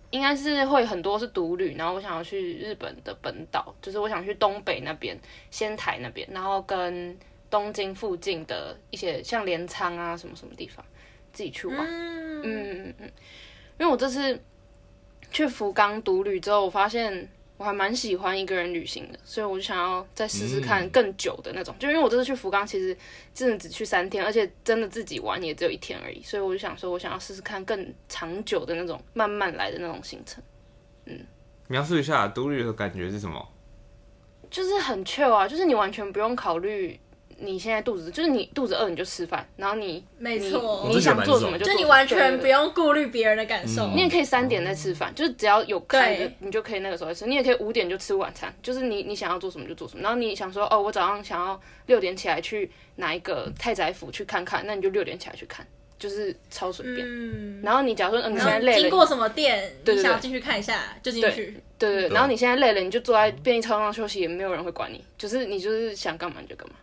Speaker 4: 应该是会很多是独旅，然后我想要去日本的本岛，就是我想去东北那边、仙台那边，然后跟东京附近的一些像镰仓啊什么什么地方自己去玩。
Speaker 1: 嗯，
Speaker 4: 嗯，嗯嗯，因为我这次去福冈独旅之后，我发现我还蛮喜欢一个人旅行的，所以我就想要再试试看更久的那种。就因为我这次去福冈，其实真的只去三天，而且真的自己玩也只有一天而已，所以我就想说，我想要试试看更长久的那种，慢慢来的那种行程，
Speaker 2: 描述一下独旅的感觉是什么？
Speaker 4: 就是很 chill 啊，就是你完全不用考虑。你现在肚子就是你肚子饿你就吃饭，然后你
Speaker 1: 没
Speaker 4: 你
Speaker 1: 错
Speaker 4: 你想做什么
Speaker 1: 就
Speaker 4: 就做
Speaker 1: 你
Speaker 4: 什么
Speaker 1: 完
Speaker 4: 对
Speaker 1: 全
Speaker 4: 对
Speaker 1: 不用顾虑别人的感受。
Speaker 4: 你也可以三点再吃饭，就是只要有开的
Speaker 1: 对，
Speaker 4: 你就可以那个时候吃。你也可以五点就吃晚餐，就是你你想要做什么就做什么。然后你想说，哦，我早上想要六点起来去哪一个太宰府去看看，那你就六点起来去看，就是超随便。
Speaker 1: 嗯，
Speaker 4: 然后你假如说，嗯、你现在
Speaker 1: 然后
Speaker 4: 累
Speaker 1: 经
Speaker 4: 了，
Speaker 1: 过什么店，
Speaker 4: 对对
Speaker 1: 你想要
Speaker 4: 对
Speaker 1: 进去看一下就进
Speaker 4: 对
Speaker 1: 去。
Speaker 4: 对对对，
Speaker 3: 对
Speaker 4: 然后你现在累了，你就坐在便利超商休息，也没有人会管你，就是你就是想干嘛你就干嘛。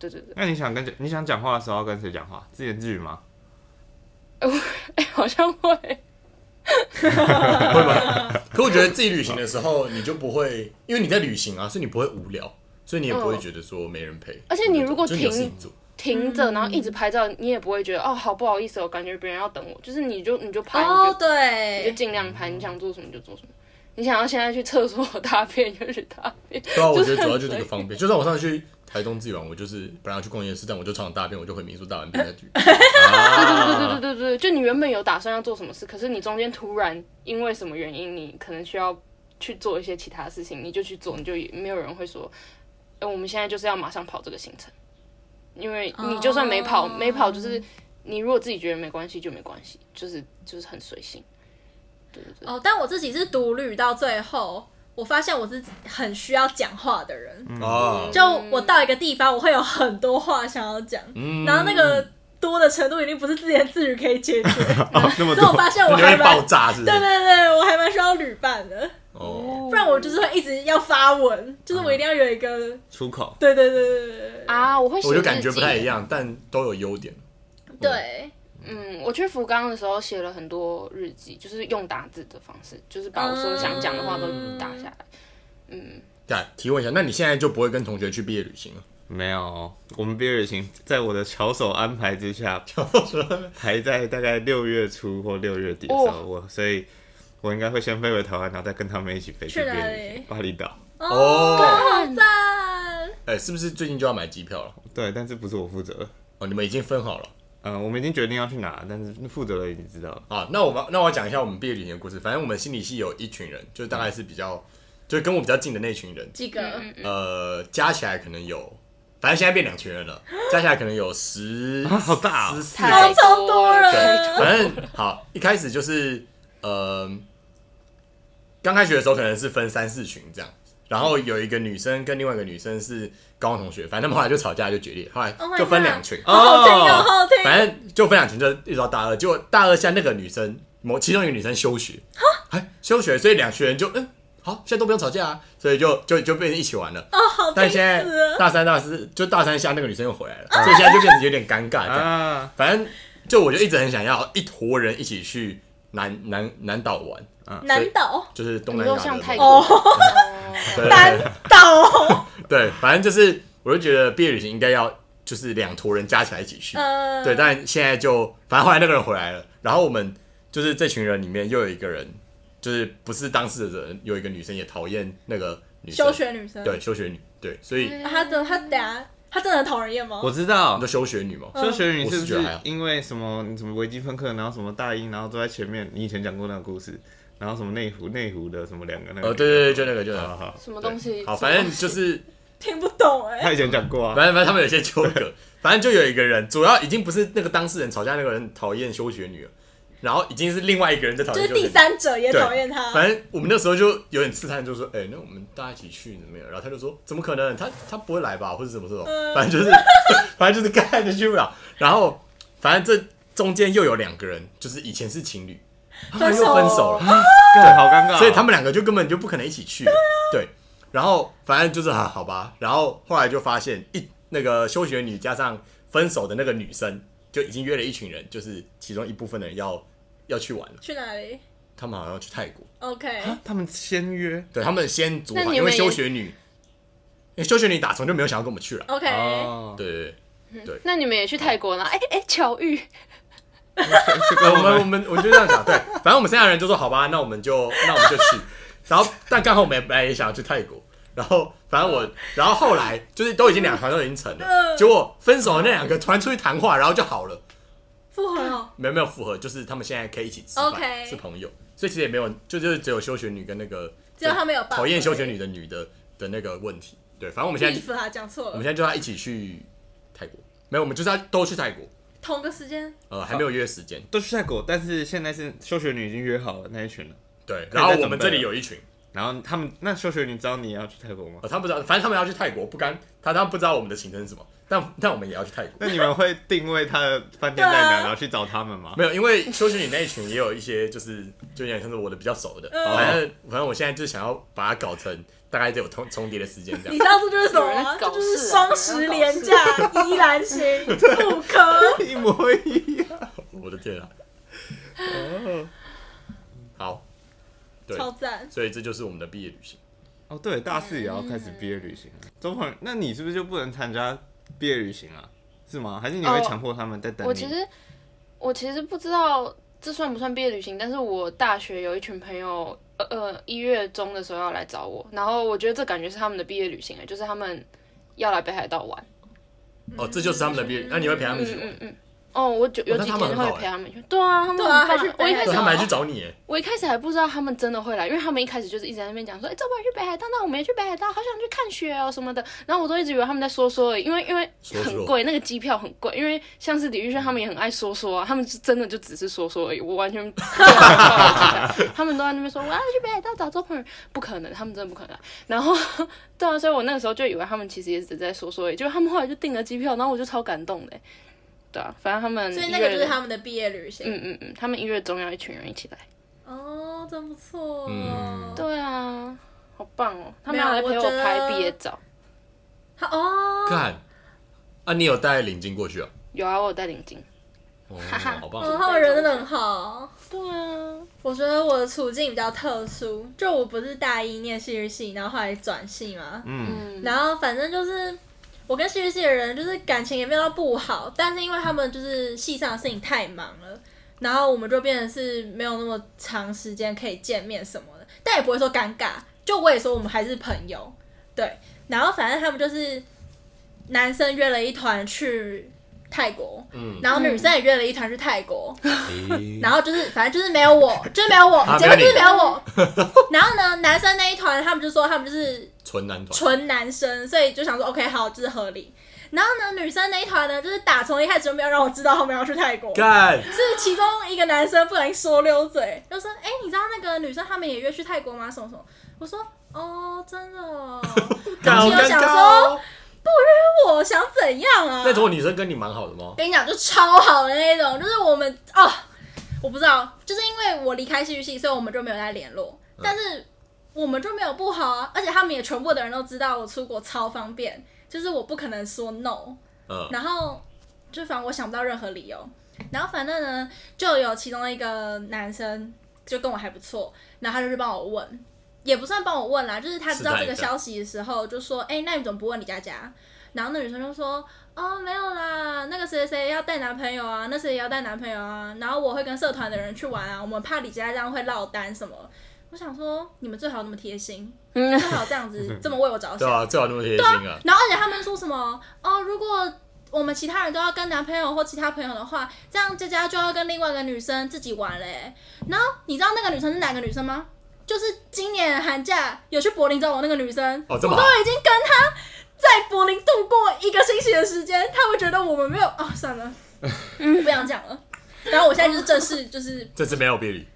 Speaker 4: 对对 对，
Speaker 2: 那你想跟你想讲话的时候要跟谁讲话？自言自语吗？
Speaker 4: 哎、好像会，
Speaker 3: 可我觉得自己旅行的时候，你就不会，因为你在旅行啊，所以你不会无聊，所以你也不会觉得说没人陪。
Speaker 4: 而且你如果
Speaker 3: 就是你有事情
Speaker 4: 停
Speaker 3: 做，
Speaker 4: 停着，然后
Speaker 1: 嗯
Speaker 4: 一直拍照，你也不会觉得哦，好不好意思哦，感觉别人要等我，就是你就你就拍，你就
Speaker 1: 哦，
Speaker 4: 你就
Speaker 1: 对，
Speaker 4: 尽量拍，你想做什么就做什么。你想要现在去厕所大便 就去大便，
Speaker 3: 对啊，我觉得主要就是一个方便。就算我上次去台东自己玩，我就是本来要去逛夜市，但我就常常大便，我就回民宿大完便再去。啊
Speaker 4: 对对对对对，就你原本有打算要做什么事，可是你中间突然因为什么原因，你可能需要去做一些其他事情，你就去做，你就也没有人会说，哎、我们现在就是要马上跑这个行程，因为你就算没跑，
Speaker 1: 哦
Speaker 4: 没跑就是你如果自己觉得没关系就没关系，就是就是很随性。对对对，
Speaker 1: 哦，但我自己是独旅到最后，我发现我是很需要讲话的人。
Speaker 3: 啊，
Speaker 1: 就我到一个地方，我会有很多话想要讲，
Speaker 3: 嗯
Speaker 1: 然后那个多的程度一定不是自言自语可以解决， 所
Speaker 2: 哦，那么
Speaker 1: 以我
Speaker 2: 多
Speaker 1: 发现我
Speaker 3: 你就
Speaker 1: 还
Speaker 3: 会
Speaker 1: 蛮
Speaker 3: 爆炸是不
Speaker 1: 对
Speaker 3: 是？
Speaker 1: 对对，我还蛮需要旅伴的，
Speaker 3: 哦，
Speaker 1: 不然我就是会一直要发文，就是我一定要有一个，
Speaker 2: 出口。
Speaker 1: 对对对对对对
Speaker 4: 啊，我会写
Speaker 3: 我就
Speaker 4: 日
Speaker 3: 感觉
Speaker 4: 记
Speaker 3: 不太一样，但都有优点。
Speaker 1: 对，
Speaker 4: 嗯，我去福冈的时候写了很多日记，就是用打字的方式，就是把我所有想讲的话都打下来。嗯，
Speaker 3: 对啊，提问一下，那你现在就不会跟同学去毕业旅行了？
Speaker 2: 没有，我们毕业旅行在我的巧手安排之下，排在大概六月初或六月底的时候，
Speaker 4: 哦
Speaker 2: 我所以，我应该会先飞回台湾，然后再跟他们一起飞去
Speaker 1: 去
Speaker 2: 毕
Speaker 1: 哪
Speaker 2: 业
Speaker 1: 里
Speaker 2: 旅行，巴厘岛。
Speaker 3: 哦，
Speaker 1: 好赞，
Speaker 3: 哎，是不是最近就要买机票了？
Speaker 2: 对，但是不是我负责的。
Speaker 3: 哦，你们已经分好了。
Speaker 2: 嗯、我们已经决定要去哪，但是负责人已经知道了。
Speaker 3: 啊，那我们那我讲一下我们毕业旅行的故事。反正我们心理系有一群人，就大概是比
Speaker 2: 嗯
Speaker 3: 较，就是跟我比较近的那群人，
Speaker 1: 几个
Speaker 3: 呃，加起来可能有，反正现在变两群人了，加起来可能有十，
Speaker 2: 啊好大哦
Speaker 3: 十
Speaker 1: 哦
Speaker 3: 四
Speaker 4: 太
Speaker 3: 个。
Speaker 1: 超多
Speaker 3: 对，
Speaker 1: 人，
Speaker 3: 反正好，一开始就是呃，刚开学的时候可能是分三四群这样，然后有一个女生跟另外一个女生是高中同学，反正他们后来就吵架就决裂，后来
Speaker 1: Oh my
Speaker 3: 就分
Speaker 1: God
Speaker 3: 两群。
Speaker 1: 好好听哦，好好听，
Speaker 3: 反正就分两群，就一直到大二，结果大二下那个女生，某其中一个女生休学，哎，休学，所以两群人就嗯，好，现在都不用吵架啊，所以就就就变成一起玩了。
Speaker 1: 哦，好
Speaker 3: 但
Speaker 1: 听
Speaker 3: 现在
Speaker 1: 死了，
Speaker 3: 大三、大四，就大三下那个女生又回来了，所以现在就变得有点尴尬。这样，
Speaker 2: 啊，
Speaker 3: 反正就我就一直很想要一坨人一起去南南南岛玩，
Speaker 1: 南岛，
Speaker 3: 就是东
Speaker 4: 你
Speaker 3: 南
Speaker 4: 说
Speaker 3: 亚
Speaker 4: 像
Speaker 3: 的
Speaker 4: 泰国，
Speaker 3: 那
Speaker 1: 哦
Speaker 3: 个
Speaker 4: 哦
Speaker 3: 对
Speaker 1: 南 岛，
Speaker 3: 对，反正就是我就觉得毕业旅行应该要就是两坨人加起来一起去，
Speaker 1: 呃，
Speaker 3: 对，但现在就反正后来那个人回来了，然后我们就是这群人里面又有一个人，就是不是当事人，有一个女生也讨厌那个女生，
Speaker 1: 休学女生，
Speaker 3: 对休学女，对，所以
Speaker 1: 啊他的他等下他真的很讨人厌吗？
Speaker 2: 我知道
Speaker 3: 你就。休学女嘛，
Speaker 2: 周学宇，你是不
Speaker 3: 我是觉
Speaker 2: 是
Speaker 3: 得还好
Speaker 2: 因为什么你什么微积分课，然后什么大一，然后坐在前面？你以前讲过那个故事，然后什么内湖内湖的什么两个那个？啊
Speaker 3: 呃，对对对，就那个就那
Speaker 2: 好
Speaker 3: 个，
Speaker 2: 好，
Speaker 4: 什么东西？
Speaker 3: 好，
Speaker 4: 什么
Speaker 3: 反正
Speaker 4: 东西
Speaker 3: 就是
Speaker 1: 听不懂哎、
Speaker 2: 他以前讲过啊。
Speaker 3: 反正反正他们有一些纠葛，反正就有一个人，主要已经不是那个当事人吵架那个人讨厌休学女了，然后已经是另外一个人在讨
Speaker 1: 就
Speaker 3: 厌
Speaker 1: 是
Speaker 3: 休学
Speaker 1: 第
Speaker 3: 女。
Speaker 1: 三者也
Speaker 3: 对
Speaker 1: 讨厌他。
Speaker 3: 反正我们那时候就有点刺探，就说：“哎、那我们大家一起去怎么样？”然后他就说：“怎么可能？他他不会来吧？或者怎么这种？
Speaker 1: 嗯
Speaker 3: 反正就是， 反正就是 干就去不了。然后反正这中间又有两个人，就是以前是情侣，他们
Speaker 1: 分手
Speaker 3: 又分手了，
Speaker 2: 对，好尴尬哦。
Speaker 3: 所以他们两个就根本就啊不可能一起去了。对，然后反正就是啊，好吧。然后后来就发现一那个休学女加上分手的那个女生，就已经约了一群人，就是其中一部分的人要要去玩了，
Speaker 1: 去哪里
Speaker 3: 他们好像要去泰国，
Speaker 1: ？OK，
Speaker 2: 啊他们先约，
Speaker 3: 对他们先组
Speaker 4: 那
Speaker 3: 好，
Speaker 4: 你
Speaker 3: 因为
Speaker 4: 们也
Speaker 3: 休学女，因为休学女打从就没有想要跟我们去了，
Speaker 1: OK，、
Speaker 2: 哦，
Speaker 3: 对对对。
Speaker 4: 那你们也去泰国啦？哎、哎、巧遇，
Speaker 2: 就
Speaker 3: 对
Speaker 2: 跟
Speaker 3: 呃我
Speaker 2: 我
Speaker 3: 们我
Speaker 2: 们
Speaker 3: 们我就这样讲，对，反正我们剩下的人就说好吧，那我们就那我们就去。 然后但刚好我们本来也想要去泰国，然后反正我，然后后来就是都已经两团都已经成
Speaker 4: 嗯
Speaker 3: 了，结果分手的那两个突然出去谈话，然后就好了，
Speaker 1: 复合哦。
Speaker 3: 没有没有复合，就是他们现在可以一起吃饭
Speaker 1: OK
Speaker 3: 是朋友，所以其实也没有，就就是只有休学女跟那个
Speaker 1: 只有他们有办
Speaker 3: 讨厌休学女的女的的那个问题，对，反正我们现在就
Speaker 1: beef 啊，讲错
Speaker 3: 我们
Speaker 1: 了，
Speaker 3: 现在就要一起去泰国，没有，我们就是要都去泰国，
Speaker 1: 同个时间。
Speaker 3: 呃，还没有约时间，
Speaker 2: 都去泰国，但是现在是休学女已经约好了那一群了，
Speaker 3: 对，
Speaker 2: 可以
Speaker 3: 然后
Speaker 2: 再
Speaker 3: 我
Speaker 2: 准
Speaker 3: 们
Speaker 2: 备
Speaker 3: 这里
Speaker 2: 了
Speaker 3: 有一群。
Speaker 2: 然后他们那休学女知道你也要去泰国吗？
Speaker 3: 哦，他不知道，反正他们要去泰国，不干，他当然不知道我们的行程是什么，但但我们也要去泰国。
Speaker 2: 那你们会定位他的饭店在
Speaker 1: 对
Speaker 2: 哪，
Speaker 1: 啊
Speaker 2: 然后去找他们 吗？
Speaker 3: 没有，因为休息你那一群也有一些，就是就有点像是我的比较熟的，
Speaker 1: 嗯
Speaker 3: 反正反正我现在就想要把它搞成大概就有重重叠的时间 这
Speaker 1: 你知
Speaker 3: 样。
Speaker 1: 道这就是什么
Speaker 4: 有
Speaker 1: 吗？
Speaker 4: 人
Speaker 1: 这
Speaker 4: 搞事啊
Speaker 1: 就是双十连假，依然行， 不可。
Speaker 2: 一模一样。
Speaker 3: 我的天啊！好，对，
Speaker 1: 超赞！
Speaker 3: 所以这就是我们的毕业旅行。
Speaker 2: 哦，对，大四也要开始毕业旅行了。啊周鹏，那你是不是就不能参加毕业旅行啊？是吗？还是你会
Speaker 4: 哦
Speaker 2: 强迫他们在等你？
Speaker 4: 我其实我其实不知道这算不算毕业旅行，但是我大学有一群朋友，呃呃，一月中的时候要来找我，然后我觉得这感觉是他们的毕业旅行，欸就是他们要来北海道玩。
Speaker 3: 哦，这就是他们的毕业，那你会陪他们一起
Speaker 4: 嗯
Speaker 3: 玩？
Speaker 4: 嗯嗯。哦，我有有
Speaker 3: 那
Speaker 4: 几
Speaker 3: 他
Speaker 4: 天
Speaker 3: 们很
Speaker 4: 会
Speaker 3: 好欸
Speaker 4: 陪他们去。对啊，他们
Speaker 1: 对啊
Speaker 4: 很棒
Speaker 1: 还去北
Speaker 4: 我一
Speaker 1: 海道
Speaker 3: 对，
Speaker 4: 开始哦
Speaker 3: 他们还去找你耶，
Speaker 4: 我一开始还不知道他们真的会来，因为他们一开始就是一直在那边讲说，哎、这周末去北海道，那我们也去北海道，好想去看雪哦什么的。然后我都一直以为他们在说说而已，因为因为
Speaker 3: 说说
Speaker 4: 很贵，那个机票很贵。因为像是李玉轩他们也很爱说说啊，他们是真的就只是说说而已，我完全他们都在那边说我要去北海道找周鹏，不可能，他们真的不可能来。然后对啊，所以我那个时候就以为他们其实也只在说说而已，就他们后来就订了机票，然后我就超感动的。对啊，反正他们
Speaker 1: 所以那个
Speaker 4: 一
Speaker 1: 就
Speaker 4: 月
Speaker 1: 是他们的毕业旅行。
Speaker 4: 嗯嗯嗯，他们一月中要一群人一起来。
Speaker 1: 哦，真不错。
Speaker 3: 嗯
Speaker 4: 对啊，好棒哦！他
Speaker 1: 没
Speaker 4: 们
Speaker 1: 有
Speaker 4: 要来陪
Speaker 1: 我
Speaker 4: 我
Speaker 1: 觉得
Speaker 4: 拍毕业照。
Speaker 1: 好哦，
Speaker 3: 看啊，你有带领巾过去啊？
Speaker 4: 有啊，我有戴领巾。
Speaker 3: 哦，
Speaker 4: 哈哈
Speaker 3: 好哦棒
Speaker 1: 嗯，他们人真的很好。
Speaker 4: 对啊，
Speaker 1: 我觉得我的处境比较特殊，就我不是大一念戏剧系，然后后来转系嘛，
Speaker 2: 嗯，
Speaker 4: 嗯，
Speaker 1: 然后反正就是我跟戏剧系的人就是感情也没有到不好，但是因为他们就是系上的事情太忙了，然后我们就变成是没有那么长时间可以见面什么的，但也不会说尴尬，就我也说我们还是朋友，对。然后反正他们就是男生约了一团去泰国，
Speaker 3: 嗯，
Speaker 1: 然后女生也约了一团去泰国，
Speaker 3: 咦
Speaker 1: 然后就是反正就是没有我，就是没有我，
Speaker 3: 啊
Speaker 1: 结果
Speaker 3: 没
Speaker 1: 就
Speaker 3: 有
Speaker 1: 是
Speaker 3: 你
Speaker 1: 没有我。然后呢，男生那一团他们就说他们就是
Speaker 3: 纯男团，
Speaker 1: 纯男生，所以就想说 OK 好，这、是合理。然后呢，女生那一团呢，就是打从一开始就没有让我知道他们要去泰国，
Speaker 3: 干
Speaker 1: 是其中一个男生不小心说溜嘴，就说：“哎、你知道那个女生他们也约去泰国吗？什么什么？”我说：“哦，真的哦。
Speaker 3: 干，好
Speaker 1: 然后
Speaker 3: 尴
Speaker 1: 就想
Speaker 3: 尬
Speaker 1: 说
Speaker 3: 哦。”
Speaker 1: 我想怎样啊？
Speaker 3: 那种女生跟你蛮好的吗？
Speaker 1: 跟你讲，就超好的那种，就是我们哦，我不知道，就是因为我离开戏剧系，所以我们就没有再联络，但是我们就没有不好啊，而且他们也全部的人都知道我出国超方便，就是我不可能说 no，
Speaker 3: 嗯，
Speaker 1: 然后就反正我想不到任何理由，然后反正呢，就有其中一个男生就跟我还不错，然后他就去帮我问，也不算帮我问啦，就是他知道这个消息的时候就说，哎、那你怎么不问李佳佳？然后那女生就说，哦，没有啦，那个谁谁要带男朋友啊，那谁也要带男朋友啊，然后我会跟社团的人去玩啊，我们怕李佳佳这样会落单什么。我想说，你们最好那么贴心，最
Speaker 4: 嗯，
Speaker 1: 好这样子这么为我着
Speaker 3: 对
Speaker 1: 想。
Speaker 3: 啊，最好那么贴心啊。
Speaker 1: 然后而且他们说什么哦，如果我们其他人都要跟男朋友或其他朋友的话，这样佳佳就要跟另外一个女生自己玩嘞、然后你知道那个女生是哪个女生吗？就是今年寒假有去柏林找我那个女生，我
Speaker 3: 哦这
Speaker 1: 都
Speaker 3: 么好
Speaker 1: 已经跟她在柏林度过一个星期的时间，她会觉得我们没有哦，算 了，不想讲了。然后我现在就是正式，就是
Speaker 3: 这次没有别离，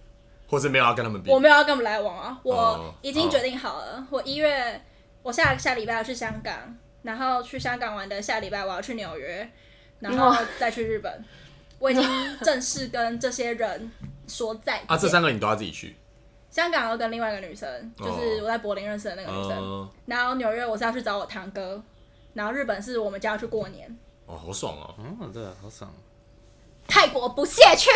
Speaker 3: 或是没有要跟他们比
Speaker 1: 我。没有要跟他们来往啊，
Speaker 3: 哦
Speaker 1: 我已经决定好了，我一月我下下礼拜要去香港，然后去香港玩的下礼拜我要去纽约，然后
Speaker 3: 哦
Speaker 1: 再去日本。我已经正式跟这些人说再见。
Speaker 3: 啊，这三哦个你都要自己去。
Speaker 1: 香港要跟啊另外一个女生，就是我在柏林认识的那个女生，
Speaker 3: 嗯，
Speaker 1: 然后纽约我是要去找我堂哥，然后日本是我们家要去过年，
Speaker 3: 哦，好爽哦！
Speaker 2: 哦，对，好爽。
Speaker 1: 泰国不屑去。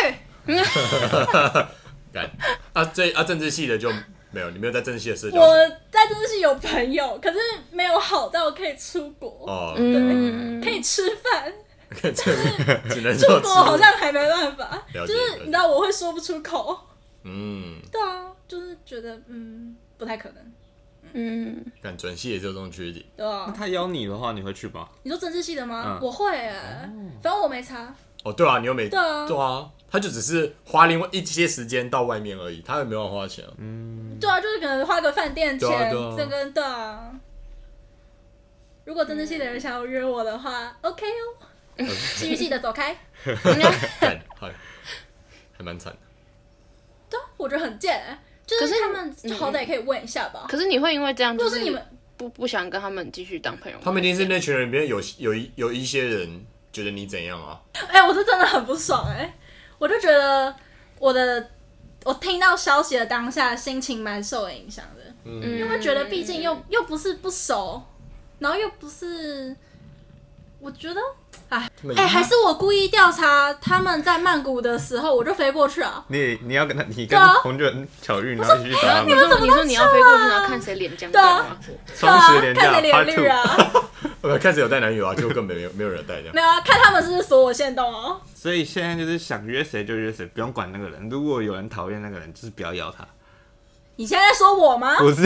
Speaker 3: 干啊，这啊政治系的就没有，你没有在政治系的社交圈
Speaker 1: 我在真的是有朋友，可是没有好到可以出国，
Speaker 3: 哦，
Speaker 4: 嗯，
Speaker 1: 可以吃饭。
Speaker 3: 这 只能
Speaker 1: 出
Speaker 3: 说
Speaker 1: 国好像还没办法，就
Speaker 3: 了解
Speaker 1: 是
Speaker 3: 了解
Speaker 1: 你知道我会说不出口。
Speaker 3: 嗯，
Speaker 1: 对啊，就是觉得嗯不太可能，
Speaker 4: 嗯，
Speaker 3: 干转系也就这种缺点，
Speaker 1: 对吧、
Speaker 2: 那他邀你的话，你会去吗？
Speaker 1: 你说政治系的吗？
Speaker 2: 嗯
Speaker 1: 我会、欸，反正我没查。
Speaker 3: 哦，对啊，你又没
Speaker 1: 对啊
Speaker 3: 对啊，他就只是花另外一些时间到外面而已，他也没有花钱啊，
Speaker 1: 对啊，就是可能花个饭店
Speaker 3: 对啊
Speaker 1: 钱
Speaker 3: 对啊，
Speaker 1: 这个对啊。如果政治系的人想要约我的话，OK 哦。戏剧系的走开，
Speaker 3: 干还还蛮惨的。
Speaker 1: 对啊，我觉得很贱、欸，就
Speaker 4: 可
Speaker 1: 是
Speaker 4: 是
Speaker 1: 他们
Speaker 4: 你
Speaker 1: 好歹可以问一下吧。
Speaker 4: 可是你会因为这样，
Speaker 1: 如
Speaker 4: 就
Speaker 1: 果是你们，
Speaker 4: 不不想跟他们继续当朋友吗，
Speaker 3: 他们一定是那群人里面有有一有一些人觉得你怎样啊？
Speaker 1: 哎、我是真的很不爽哎、我就觉得我的我听到消息的当下，心情蛮受影响的，
Speaker 3: 嗯
Speaker 4: 因
Speaker 1: 因为觉得毕竟又又不是不熟，然后又不是，我觉得
Speaker 3: 他们啊
Speaker 1: 哎、还是我故意调查他们在曼谷的时候，我就飞过去啊。
Speaker 2: 你你要跟他，你
Speaker 1: 对
Speaker 2: 跟
Speaker 1: 啊
Speaker 2: 同居人巧遇，然后去找他
Speaker 4: 你
Speaker 2: 们
Speaker 4: 说你说你要飞过去，然后看谁脸僵掉吗？
Speaker 1: 对
Speaker 2: 双
Speaker 1: 啊
Speaker 2: 十，连
Speaker 1: 看
Speaker 2: 假
Speaker 1: 谁脸
Speaker 2: Part
Speaker 1: 绿
Speaker 2: Two，
Speaker 1: 啊？
Speaker 3: 我开始有带男友啊，结果根本没有没有人带这样。
Speaker 1: 没有啊，看他们是不是锁我限动哦。
Speaker 2: 所以现在就是想约谁就约谁，不用管那个人。如果有人讨厌那个人，就是不要邀他。
Speaker 3: 啊
Speaker 1: 你现在在说我吗？
Speaker 2: 不是，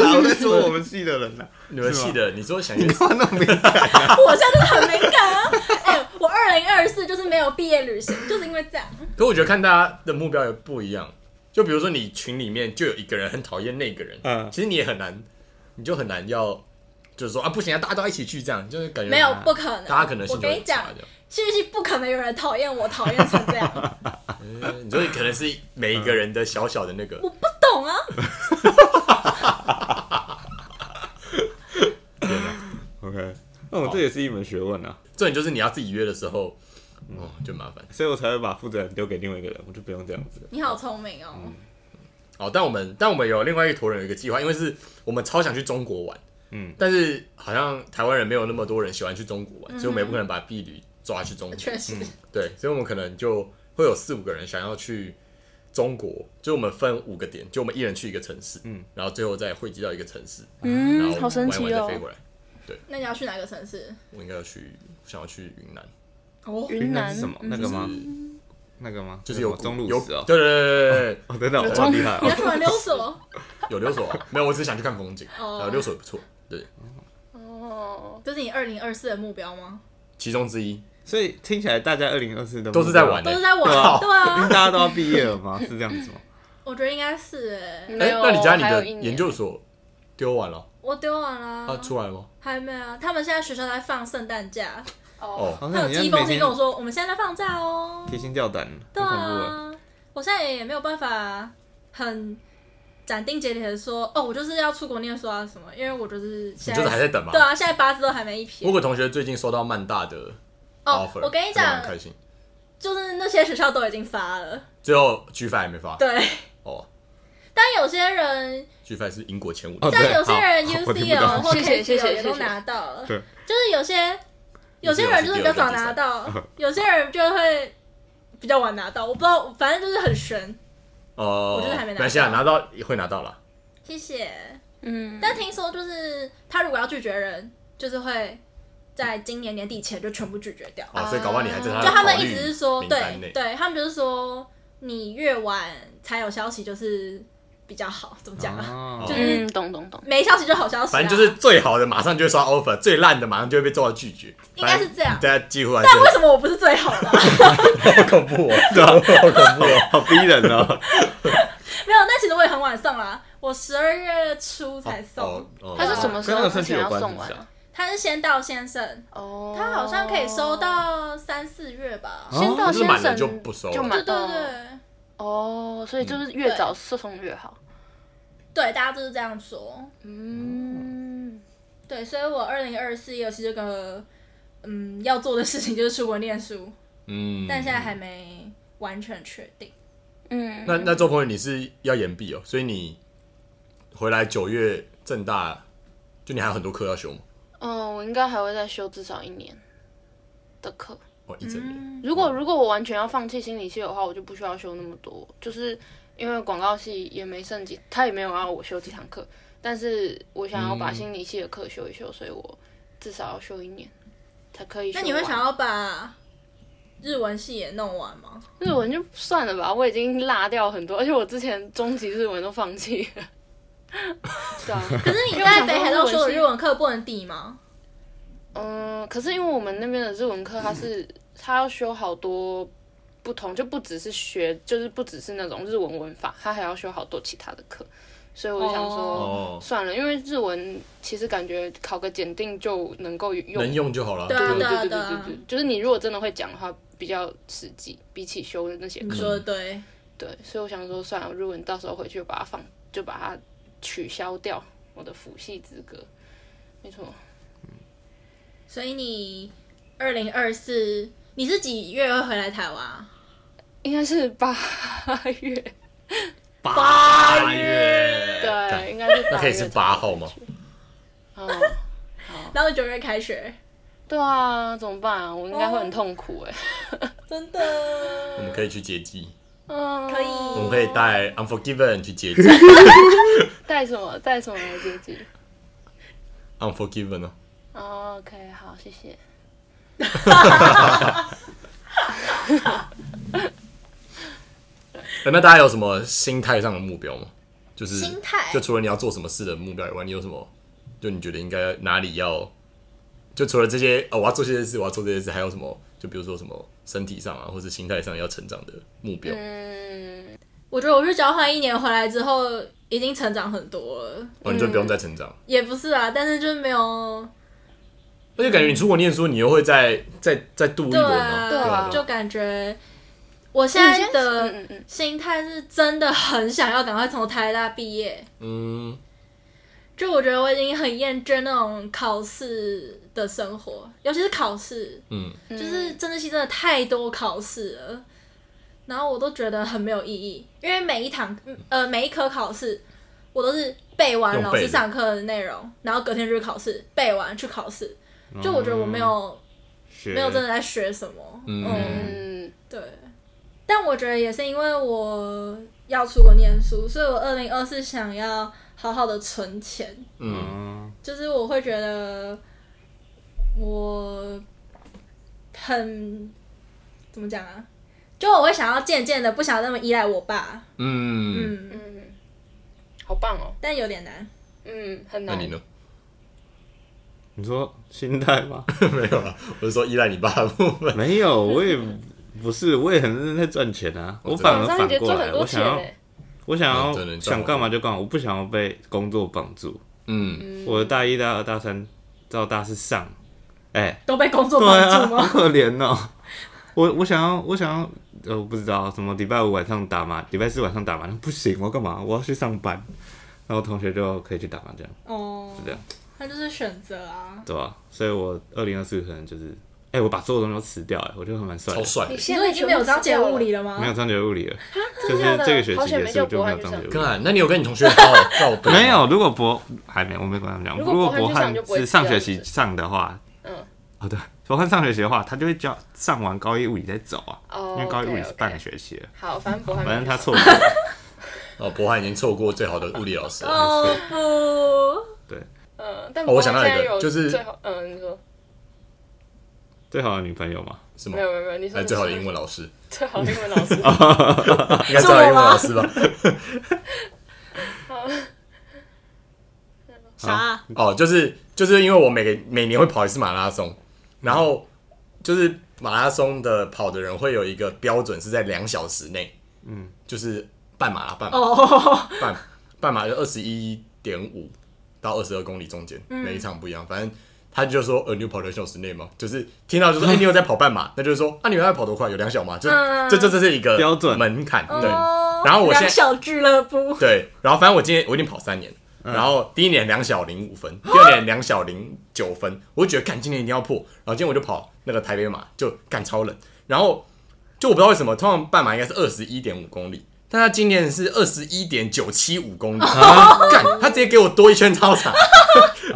Speaker 2: 老在说我们系的人啊呐，
Speaker 3: 你们系的，你说想约
Speaker 2: 你干嘛那么敏感？
Speaker 1: 我现在真的很敏感啊！哎、我二零二四就是没有毕业旅行，就是因为这样。
Speaker 3: 可我觉得看大家的目标也不一样。就比如说你群里面就有一个人很讨厌那个人，
Speaker 2: 嗯
Speaker 3: 其实你也很难，你就很难要，就是说啊不行啊，大家都要一起去这样，就是感觉
Speaker 1: 没有，不可能。
Speaker 3: 大家可能
Speaker 1: 我
Speaker 3: 性就
Speaker 1: 跟
Speaker 3: 很
Speaker 1: 你讲
Speaker 3: 差，这样。
Speaker 1: 戏剧系不可能有人讨厌我，讨厌成这样，
Speaker 3: 嗯 你说可能是每一个人的小小的那个
Speaker 1: 我不懂啊。
Speaker 4: 嗯
Speaker 2: OK，那我这也是一门学问啊，
Speaker 3: 啊重点就是你要自己约的时候，哦就麻烦。
Speaker 2: 所以我才会把负责人丢给另外一个人，我就不用这样子了。
Speaker 1: 你好聪明哦，
Speaker 3: 哦，但我们但我们有另外一坨人有一个计划，因为是我们超想去中国玩，
Speaker 2: 嗯，
Speaker 3: 但是好像台湾人没有那么多人喜欢去中国
Speaker 4: 嗯
Speaker 3: 玩，所以我们也不可能把婢女抓去中国。嗯
Speaker 1: 确实。
Speaker 3: 对，所以我们可能就会有四五个人想要去中国，就我们分五个点，就我们一人去一个城市，嗯，然后最后再汇集到一个城市，然
Speaker 4: 嗯
Speaker 3: 后，
Speaker 4: 好神
Speaker 3: 玩
Speaker 4: 奇
Speaker 3: 一玩
Speaker 4: 哦
Speaker 3: 再飞，过来。
Speaker 1: 那你要去哪个城市？
Speaker 3: 我应该要去，想要去云南，
Speaker 1: 哦，
Speaker 4: 云
Speaker 2: 那
Speaker 4: 南
Speaker 2: 是什么？那个吗
Speaker 3: 就？
Speaker 1: 嗯
Speaker 2: 那个吗？
Speaker 3: 就是有
Speaker 2: 什么中路
Speaker 3: 有
Speaker 2: 石哦，
Speaker 3: 对对对对对，
Speaker 2: 哦，真的哦，
Speaker 4: 有
Speaker 2: 好
Speaker 4: 中
Speaker 2: 厉害
Speaker 1: 你要
Speaker 2: 哦！
Speaker 1: 去玩溜索？
Speaker 3: 有六所啊，没有，我只是想去看风景，
Speaker 1: 哦
Speaker 3: 然后六所也不错，对，
Speaker 4: 哦，
Speaker 1: 这是你二零二四的目标吗？
Speaker 3: 其中之一
Speaker 2: 所以听起来大家二零二四的
Speaker 3: 都是在玩
Speaker 1: 都
Speaker 3: 的、
Speaker 1: 是在玩
Speaker 2: 对啊，
Speaker 1: 对啊，
Speaker 2: 大家都要毕业了吗？是这样 子吗？
Speaker 1: 我觉得应该是哎，
Speaker 4: 没
Speaker 3: 哎
Speaker 4: 有，
Speaker 3: 那你家里
Speaker 4: 还有
Speaker 3: 的
Speaker 4: 一年
Speaker 3: 研究所丢完了？
Speaker 1: 我丢完了
Speaker 3: 啊，，出来了吗？
Speaker 1: 还没啊。他们现在学校在放圣诞假，
Speaker 4: 哦，
Speaker 3: 哦，
Speaker 2: 好
Speaker 1: 他
Speaker 2: 像
Speaker 1: 有
Speaker 2: 你
Speaker 1: 寄
Speaker 2: 要每
Speaker 1: 封信
Speaker 2: 天
Speaker 1: 跟我说，我们现在在放假哦。
Speaker 2: 提心吊胆，
Speaker 1: 对
Speaker 2: 很恐怖了。
Speaker 1: 啊，我现在也没有办法很斩钉截铁的说，哦，我就是要出国念书啊什么，因为我就是
Speaker 3: 你
Speaker 1: 现
Speaker 3: 就是
Speaker 1: 在
Speaker 3: 还在等吗？
Speaker 1: 对啊，现在八字都还没一
Speaker 3: 我
Speaker 1: 撇。
Speaker 3: 有个同学最近收到曼大的
Speaker 1: 哦
Speaker 3: offer，、，
Speaker 1: 我跟你
Speaker 3: 他
Speaker 1: 讲
Speaker 3: 蛮，开心。
Speaker 1: 就是那些学校都已经发了，
Speaker 3: 最后 G Five 还没发
Speaker 1: 对。
Speaker 3: 哦
Speaker 1: 但有些人，
Speaker 3: ，G Five 是英国前五
Speaker 2: 哦
Speaker 3: 大，
Speaker 1: 但有些人
Speaker 2: 好我听不懂
Speaker 1: UCL 或
Speaker 4: 谢谢谢谢
Speaker 1: KCL 也
Speaker 4: 谢
Speaker 1: 都
Speaker 4: 谢
Speaker 1: 拿到了，
Speaker 2: 对
Speaker 1: 就是有些有些人就是比较早拿到，有些人就会比较晚拿到，我不知道，反正就是很悬。
Speaker 3: 哦，
Speaker 1: 我就是还没拿到
Speaker 3: 关系啊，拿到也会拿到啦。
Speaker 1: 谢谢。
Speaker 4: 嗯，
Speaker 1: 但听说就是他如果要拒绝人，就是会在今年年底前就全部拒绝掉。
Speaker 3: 哦，所以搞不好你还在他
Speaker 1: 就
Speaker 3: 的
Speaker 1: 他们
Speaker 3: 考虑
Speaker 1: 一直是说，
Speaker 3: 名单
Speaker 1: 对
Speaker 3: 内
Speaker 1: 对，他们就是说你越晚才有消息就是比较好，怎么讲啊？
Speaker 2: 哦
Speaker 1: 就是
Speaker 4: 嗯，懂懂懂，
Speaker 1: 没消息就好消息、啊，
Speaker 3: 反正就是最好的马上就会刷 offer，最烂的马上就会被做到拒绝。
Speaker 1: 应该是这样
Speaker 3: 反正大家几乎还
Speaker 1: 但为什么我不是最好的啊、
Speaker 3: 么好恐怖哦？对啊， 好恐怖哦。
Speaker 2: 好逼人哦！
Speaker 1: 没有，那其实我也很晚送啦，我十二月初才
Speaker 3: 哦
Speaker 1: 送。
Speaker 3: 哦，
Speaker 4: 他是什么时
Speaker 2: 跟那
Speaker 4: 候
Speaker 2: 个顺
Speaker 4: 之
Speaker 2: 序
Speaker 4: 前
Speaker 2: 有
Speaker 4: 要
Speaker 2: 关
Speaker 4: 送
Speaker 2: 是不
Speaker 4: 完
Speaker 2: 是
Speaker 4: 啊？
Speaker 1: 他是先到先生，
Speaker 4: 哦，
Speaker 1: 他好像可以收到三四月吧？
Speaker 2: 哦
Speaker 4: 先到
Speaker 3: 就是
Speaker 4: 先
Speaker 3: 满了
Speaker 4: 审
Speaker 3: 就不收了
Speaker 4: 就
Speaker 1: 对
Speaker 4: 满
Speaker 1: 对
Speaker 4: 哦
Speaker 1: 对
Speaker 4: 哦，所以就是越早送越好，
Speaker 1: 对，大家都是这样说。
Speaker 4: 嗯，
Speaker 1: 对，所以我二零二四有其实这个嗯要做的事情就是出国念书，
Speaker 3: 嗯，
Speaker 1: 但现在还没完全确定。
Speaker 4: 嗯，
Speaker 3: 那那周鹏宇你是要延毕哦，所以你回来九月正大，就你还有很多课要修吗？
Speaker 4: 嗯，我应该还会再修至少一年的课。
Speaker 3: 哦，一整年，
Speaker 4: 如果如果我完全要放弃心理系的话，我就不需要修那么多，就是因为广告系也没剩几，他也没有要我修几堂课，但是我想要把心理系的课修一修，所以我至少要修一年才可以修
Speaker 1: 那
Speaker 4: 完。
Speaker 1: 你会想要把日文系也弄完吗？
Speaker 4: 日文就算了吧，我已经落掉很多，而且我之前中级日文都放弃 了。对啊，
Speaker 1: 可是你
Speaker 4: 因为我
Speaker 1: 在
Speaker 4: 想
Speaker 1: 北海道
Speaker 4: 说日文
Speaker 1: 修的
Speaker 4: 系
Speaker 1: 日文课不能抵吗？
Speaker 4: 嗯，可是因为我们那边的日文课，它是它要修好多不同，就不只是学，就是不只是那种日文文法，它还要修好多其他的课，所以我就想说，
Speaker 3: 哦，
Speaker 4: 算了，因为日文其实感觉考个检定就能够用，
Speaker 3: 能用就好了。
Speaker 1: 对
Speaker 4: 对
Speaker 1: 啊
Speaker 4: 对
Speaker 1: 对啊
Speaker 4: 对对
Speaker 1: 对啊
Speaker 4: 对对，就是你如果真的会讲的话，比较实际，比起修的那些
Speaker 1: 你
Speaker 4: 课，
Speaker 1: 说的对，
Speaker 4: 对，所以我想说，算了，日文到时候回去把它放，就把它取消掉我的辅系资格，没错。
Speaker 1: 所以你二零二四你是几月会回来台湾啊？
Speaker 4: 应该是八 月，
Speaker 3: 八月，
Speaker 4: 对，应该是八月才回去。
Speaker 3: 那可以是八号吗
Speaker 4: 哦，
Speaker 1: 然后九月开学，
Speaker 4: 对啊，怎么办啊？我应该会很痛苦哎、
Speaker 1: 真的
Speaker 3: 我们可以去接机，
Speaker 4: 嗯，
Speaker 1: 可以
Speaker 3: 我们可以带 Unforgiven 去接机
Speaker 4: 带什么？带什么来接机
Speaker 3: ，Unforgiven 哦。
Speaker 4: 哦？OK，好，谢谢。
Speaker 3: 那大家有什么心态上的目标吗？就是
Speaker 1: 心态
Speaker 3: 就除了你要做什么事的目标以外，你有什么？就你觉得应该哪里要？就除了这些，哦，我要做这些事，我要做这些事，还有什么？就比如说什么身体上啊，或者心态上要成长的目标。
Speaker 4: 嗯，
Speaker 1: 我觉得我去交换一年回来之后，已经成长很多了。
Speaker 3: 哦，你就不用再成长。
Speaker 1: 也不是啊，但是就是没有
Speaker 3: 而且感觉你出国念书，你又会再再再度一
Speaker 1: 对
Speaker 3: 轮
Speaker 1: 啊
Speaker 3: 啊，对啊，
Speaker 1: 就感觉我现在
Speaker 4: 嗯
Speaker 1: 的
Speaker 4: 嗯嗯，
Speaker 1: 心态是真的很想要赶快从台大毕业。
Speaker 3: 嗯，
Speaker 1: 就我觉得我已经很厌倦那种考试的生活，尤其是考试，
Speaker 3: 嗯，
Speaker 1: 就是政治系真的太多考试了，然后我都觉得很没有意义，因为每一堂呃每一科考试，我都是背完
Speaker 3: 用
Speaker 1: 老
Speaker 3: 背
Speaker 1: 师
Speaker 3: 的
Speaker 1: 上课的内容，然后隔天就去考试，背完去考试，
Speaker 3: 嗯
Speaker 1: 就我觉得我没有、
Speaker 2: 嗯学
Speaker 1: 没有真的在学什么，
Speaker 3: 嗯
Speaker 4: 嗯
Speaker 1: 对，但我觉得也是因为我要出国念书，所以我二零二四想要好好的存钱。
Speaker 3: 嗯，
Speaker 2: 嗯
Speaker 1: 就是我会觉得我很怎么讲啊？就我会想要渐渐的不想那么依赖我爸，
Speaker 3: 嗯，
Speaker 1: 嗯，
Speaker 4: 嗯，好棒哦，
Speaker 1: 但有点难。
Speaker 4: 嗯，很
Speaker 3: 那
Speaker 4: 难
Speaker 3: 你。呢？
Speaker 2: 你说心态 吗？
Speaker 3: 没有啊，我是说依赖你爸的部分。
Speaker 2: 没有，我也不是，我也很认真在赚钱啊。我
Speaker 3: 我知道
Speaker 2: 反
Speaker 4: 马
Speaker 2: 而
Speaker 4: 上你
Speaker 2: 反
Speaker 4: 觉得
Speaker 2: 过
Speaker 4: 赚
Speaker 2: 来，
Speaker 4: 很
Speaker 2: 我
Speaker 4: 多
Speaker 2: 想
Speaker 4: 钱
Speaker 2: 要
Speaker 4: 哎，
Speaker 2: 我想
Speaker 3: 嗯真的
Speaker 2: 要
Speaker 3: 你赚
Speaker 2: 想
Speaker 3: 很
Speaker 2: 干嘛
Speaker 3: 多
Speaker 2: 就干嘛，我不想要被工作绑住。
Speaker 3: 嗯，
Speaker 2: 我的大一、大二、大三到大四上，哎、
Speaker 1: 都被工作
Speaker 2: 对
Speaker 1: 绑住
Speaker 2: 啊，好
Speaker 1: 吗？
Speaker 2: 可怜哦。我我想要，我想要，呃，我不知道什么礼拜五晚上打麻，礼拜四晚上打麻将不行，我要干嘛？我要去上班。然后同学就可以去打麻将，
Speaker 3: 啊
Speaker 1: 哦，
Speaker 2: 是这样，
Speaker 1: 那就是选择啊。
Speaker 2: 对吧、所以我二零二四可能就是，哎、我把所有东西都辞掉、哎，我觉得还蛮帅的
Speaker 3: 超，帅
Speaker 4: 你
Speaker 3: 的。
Speaker 1: 你
Speaker 4: 现
Speaker 1: 说
Speaker 4: 在
Speaker 1: 已经没有章节物理
Speaker 4: 了，
Speaker 1: 了吗
Speaker 2: 没？有张学物理了，就是
Speaker 4: 啊假的
Speaker 2: 这个学
Speaker 4: 好
Speaker 2: 期
Speaker 4: 险
Speaker 2: 结
Speaker 4: 没叫
Speaker 2: 束就
Speaker 4: 博
Speaker 2: 没
Speaker 4: 翰
Speaker 2: 有
Speaker 4: 去
Speaker 2: 张学物
Speaker 3: 哥
Speaker 2: 理。
Speaker 3: 啊，那你有跟你同学好好 照背？
Speaker 2: 没，有，如果博还没，我没跟他们讲。
Speaker 4: 如果
Speaker 2: 果
Speaker 4: 博
Speaker 2: 博
Speaker 4: 翰
Speaker 2: 翰
Speaker 4: 去上就不会
Speaker 2: 是
Speaker 4: 这样
Speaker 2: 上学期上的话，
Speaker 4: 嗯，
Speaker 2: 哦对，博翰上学期的话，他就会教上完高一物理再走啊，
Speaker 4: 哦
Speaker 2: 因为高一物理是
Speaker 4: OK，OK
Speaker 2: 半个学期了，
Speaker 4: 好，反正不还没
Speaker 2: 反正他
Speaker 4: 去
Speaker 2: 错过了。
Speaker 3: 哦，博翰已经错过最好的物理老师了。
Speaker 1: 哦不，
Speaker 2: 对，
Speaker 4: 嗯，但
Speaker 3: 哦我想到
Speaker 4: 博
Speaker 3: 一
Speaker 4: 翰
Speaker 3: 个
Speaker 4: 现在有
Speaker 3: 就是
Speaker 4: 最好，嗯，你说
Speaker 2: 最好的女朋友嘛，
Speaker 3: 什么
Speaker 4: 没？有没有没有，你说
Speaker 3: 哎，
Speaker 4: 你
Speaker 3: 最好的
Speaker 4: 说
Speaker 3: 英文老师，
Speaker 4: 最好的英文老师。
Speaker 3: 应该最好的英文老师吧？
Speaker 1: 啥？
Speaker 3: 哦，就是就是因为我每个每年会跑一次马拉松，然后就是马拉松的跑的人会有一个标准是在两小时内，嗯，就是半马啦，半马
Speaker 1: 哦，
Speaker 3: 半半马就二十一点五到二十二公里中间，
Speaker 1: 嗯
Speaker 3: 每一场不一样。反正他就说，呃，你有跑两小时内吗？就是听到就说，哎、你有在跑半马，那就是说，啊，你有在跑多快？有两小吗？就
Speaker 1: 嗯
Speaker 3: 这这这是一个
Speaker 2: 标准
Speaker 3: 门槛，对。
Speaker 1: 哦
Speaker 3: 然后我
Speaker 1: 两
Speaker 3: 现在
Speaker 1: 小俱乐部，
Speaker 3: 对，然后反正我今天我已经跑三年了，然后第一年两小零五分，第二年两小零九分，我就觉得干今年一定要破，然后今天我就跑那个台北马，就干超冷，然后就我不知道为什么，通常半马应该是二十一点五公里。但他今年是二十一点九七五公里，干、他直接给我多一圈超长，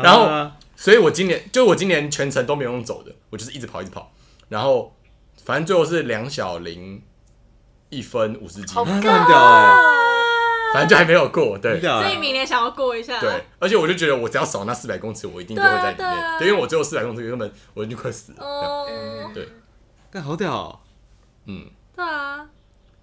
Speaker 3: 然后
Speaker 2: 啊
Speaker 3: 所以我今年就我今年全程都没有用走的，我就是一直跑一直跑，然后反正最后是两小零一分五十几，
Speaker 4: 好
Speaker 2: 那很屌
Speaker 1: 哦
Speaker 4: 啊
Speaker 2: 哎，
Speaker 3: 反正就还没有过，对
Speaker 2: 很屌
Speaker 1: 所以
Speaker 2: 哎，
Speaker 1: 明年想要过一下。
Speaker 3: 对，而且我就觉得我只要少那四百公尺，我一定就会在里
Speaker 1: 对啊对啊
Speaker 3: 面，对，因为我只有四百公尺根本我已经快死了，这样
Speaker 1: 哦，
Speaker 3: 对，
Speaker 2: 干好屌哦，
Speaker 3: 嗯，
Speaker 1: 对啊，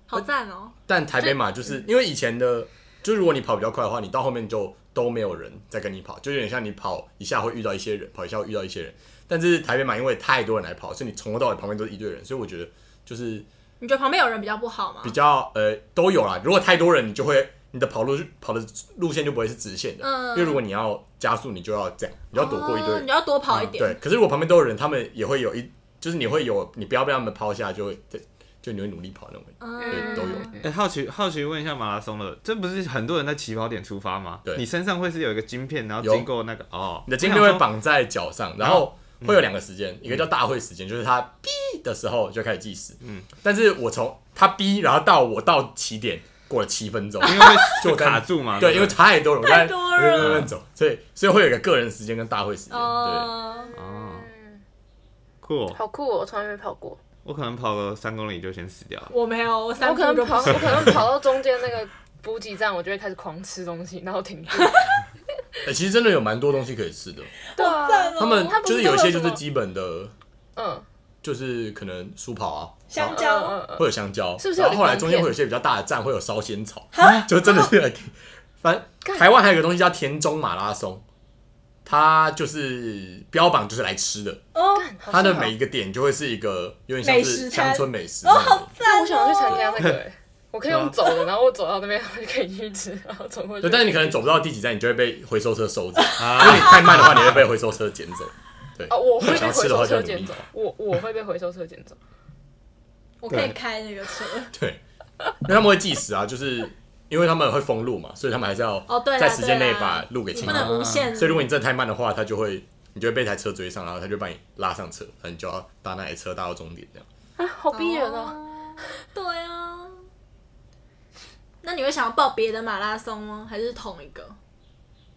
Speaker 1: 好赞哦。
Speaker 3: 但台北马
Speaker 1: 嗯
Speaker 3: 就是因为以前的，就如果你跑比较快的话，你到后面就都没有人在跟你跑，就有点像你跑一下会遇到一些人，跑一下会遇到一些人。但是台北马因为太多人来跑，所以你从头到尾旁边都是一堆人，所以我觉得
Speaker 1: 嗯
Speaker 3: 就是
Speaker 1: 你觉得旁边有人比较不好吗
Speaker 3: 比？较呃都有啦。如果太多人，你就会你的跑路跑的路线就不会是直线的，
Speaker 1: 嗯
Speaker 3: 因为如果你要加速，你就要这样，你要躲过一堆
Speaker 1: 哦
Speaker 3: 人
Speaker 1: 你。要多跑一点。
Speaker 3: 对，可是如果旁边都有人，他们也会有一，就是你会有，你不要被他们抛下，就会对，就你会努力跑那种感觉。
Speaker 1: 嗯，
Speaker 3: 对都有
Speaker 2: 哎，好奇好奇问一下马拉松的，这不是很多人在起跑点出发吗？
Speaker 3: 对
Speaker 2: 你身上会是有一个晶片，然后
Speaker 3: 有
Speaker 2: 经过那个哦，
Speaker 3: 你的金
Speaker 2: 我
Speaker 3: 链
Speaker 2: 想说
Speaker 3: 会绑在脚上，然后会有两个时间，一个叫大会时间，就是他哔的时候就开始计时。嗯，但是我从他哔，然后到我到起点过了七分钟，
Speaker 2: 因为会
Speaker 3: 就
Speaker 2: 就
Speaker 3: 我在
Speaker 2: 卡住嘛，
Speaker 3: 对，因为
Speaker 2: 不
Speaker 3: 太多人，我
Speaker 1: 太
Speaker 3: 在
Speaker 1: 多人
Speaker 3: 慢慢慢慢走，所以所以会有一个个人时间跟大会时间。对，
Speaker 1: 哦，
Speaker 2: 哦，酷哦，
Speaker 4: 好酷哦！我从来没跑过，
Speaker 2: 我可能跑个三公里就先死掉了。
Speaker 1: 我没有，我
Speaker 4: 我
Speaker 1: 三
Speaker 4: 可
Speaker 1: 步
Speaker 4: 能
Speaker 1: 就
Speaker 4: 跑，
Speaker 1: 跑
Speaker 4: 我。可能跑到中间那个补给站，我就会开始狂吃东西，然后停 住。
Speaker 3: 欸其实真的有蛮多东西可以吃的，
Speaker 4: 对啊，
Speaker 3: 他们
Speaker 4: 它不
Speaker 3: 就是是有一些就
Speaker 4: 都有什
Speaker 3: 是
Speaker 4: 么
Speaker 3: 基本的，
Speaker 4: 嗯，
Speaker 3: 就是可能酥跑啊，
Speaker 1: 香
Speaker 4: 嗯嗯嗯嗯
Speaker 1: 蕉，
Speaker 3: 会有香蕉，
Speaker 4: 是不是有
Speaker 3: 然后后来
Speaker 4: 柠檬
Speaker 3: 中间
Speaker 4: 片
Speaker 3: 会有一些比较大的站，会有烧仙草， 就真的是来给，反正
Speaker 4: 干
Speaker 3: 台湾还有一个东西叫田中马拉松，它就是标榜就是来吃的，
Speaker 1: 哦
Speaker 4: 好
Speaker 3: 它的
Speaker 4: 嗯像好
Speaker 3: 每一个点就会是一个有点像
Speaker 1: 美
Speaker 3: 是
Speaker 1: 食摊
Speaker 3: 乡村美食
Speaker 1: 哦，
Speaker 3: 那样
Speaker 1: 好赞！
Speaker 3: 的。
Speaker 1: 哦
Speaker 4: 我想要 去参。加那个、欸，我可以用走的，然后我走到那边，我就可以去吃，然后走过去。
Speaker 3: 啊对，但是你可能走不到第几站，你就会被回收 车收走。
Speaker 2: 啊
Speaker 3: 因为你太慢的话，你会被回收车捡走。对，
Speaker 4: 哦，我会被
Speaker 3: 想
Speaker 4: 回
Speaker 3: 吃的
Speaker 4: 收
Speaker 3: 话
Speaker 4: 车
Speaker 3: 就努
Speaker 4: 捡
Speaker 3: 力
Speaker 4: 走，我我会被回收车捡走。
Speaker 1: 我可以开那个车。
Speaker 3: 对，因为他们会计时啊，就是因为他们会封路嘛，所以他们还是要
Speaker 1: 哦对啦
Speaker 3: 在时间内
Speaker 1: 对啦
Speaker 3: 把路给
Speaker 1: 你
Speaker 3: 清
Speaker 1: 不
Speaker 3: 理。
Speaker 1: 能无限，
Speaker 3: 啊所以如果你真的太慢的话，他就会你就会被一台车追上，然后他就把你拉上车，然后你就要搭那台车搭到终点这样。
Speaker 4: 啊，好逼人哦！
Speaker 1: 哦。 对啊，那你会想要报别的马拉松吗？还是同一个？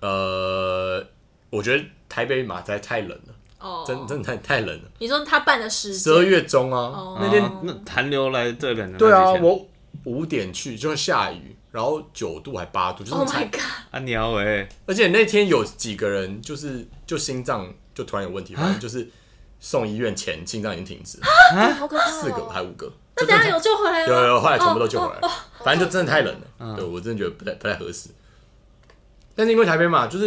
Speaker 3: 呃，我觉得台北马实在太冷了，
Speaker 1: 哦，
Speaker 3: 真真的太太冷了。
Speaker 1: 你说他办的时
Speaker 3: 十二
Speaker 1: 间，
Speaker 3: 月中啊，
Speaker 1: 哦
Speaker 2: 那天那寒流来最嗯冷的那
Speaker 3: 对啊，
Speaker 2: 几天
Speaker 3: 我五点去就下雨，然后九度还八度，就是
Speaker 1: ，Oh my
Speaker 3: 才
Speaker 1: god！
Speaker 2: 啊鸟哎，
Speaker 3: 而且那天有几个人就是就心脏就突然有问题，反正就是送医院前心脏已经停止了，
Speaker 4: 好可怕、哦，
Speaker 3: 四个还五个，
Speaker 1: 那怎样有救回来吗？
Speaker 3: 有有，后来全部都救回来
Speaker 1: 哦
Speaker 3: 了。反正就真的太冷了，对我真的觉得不太不太合适。但是因为台北嘛，就是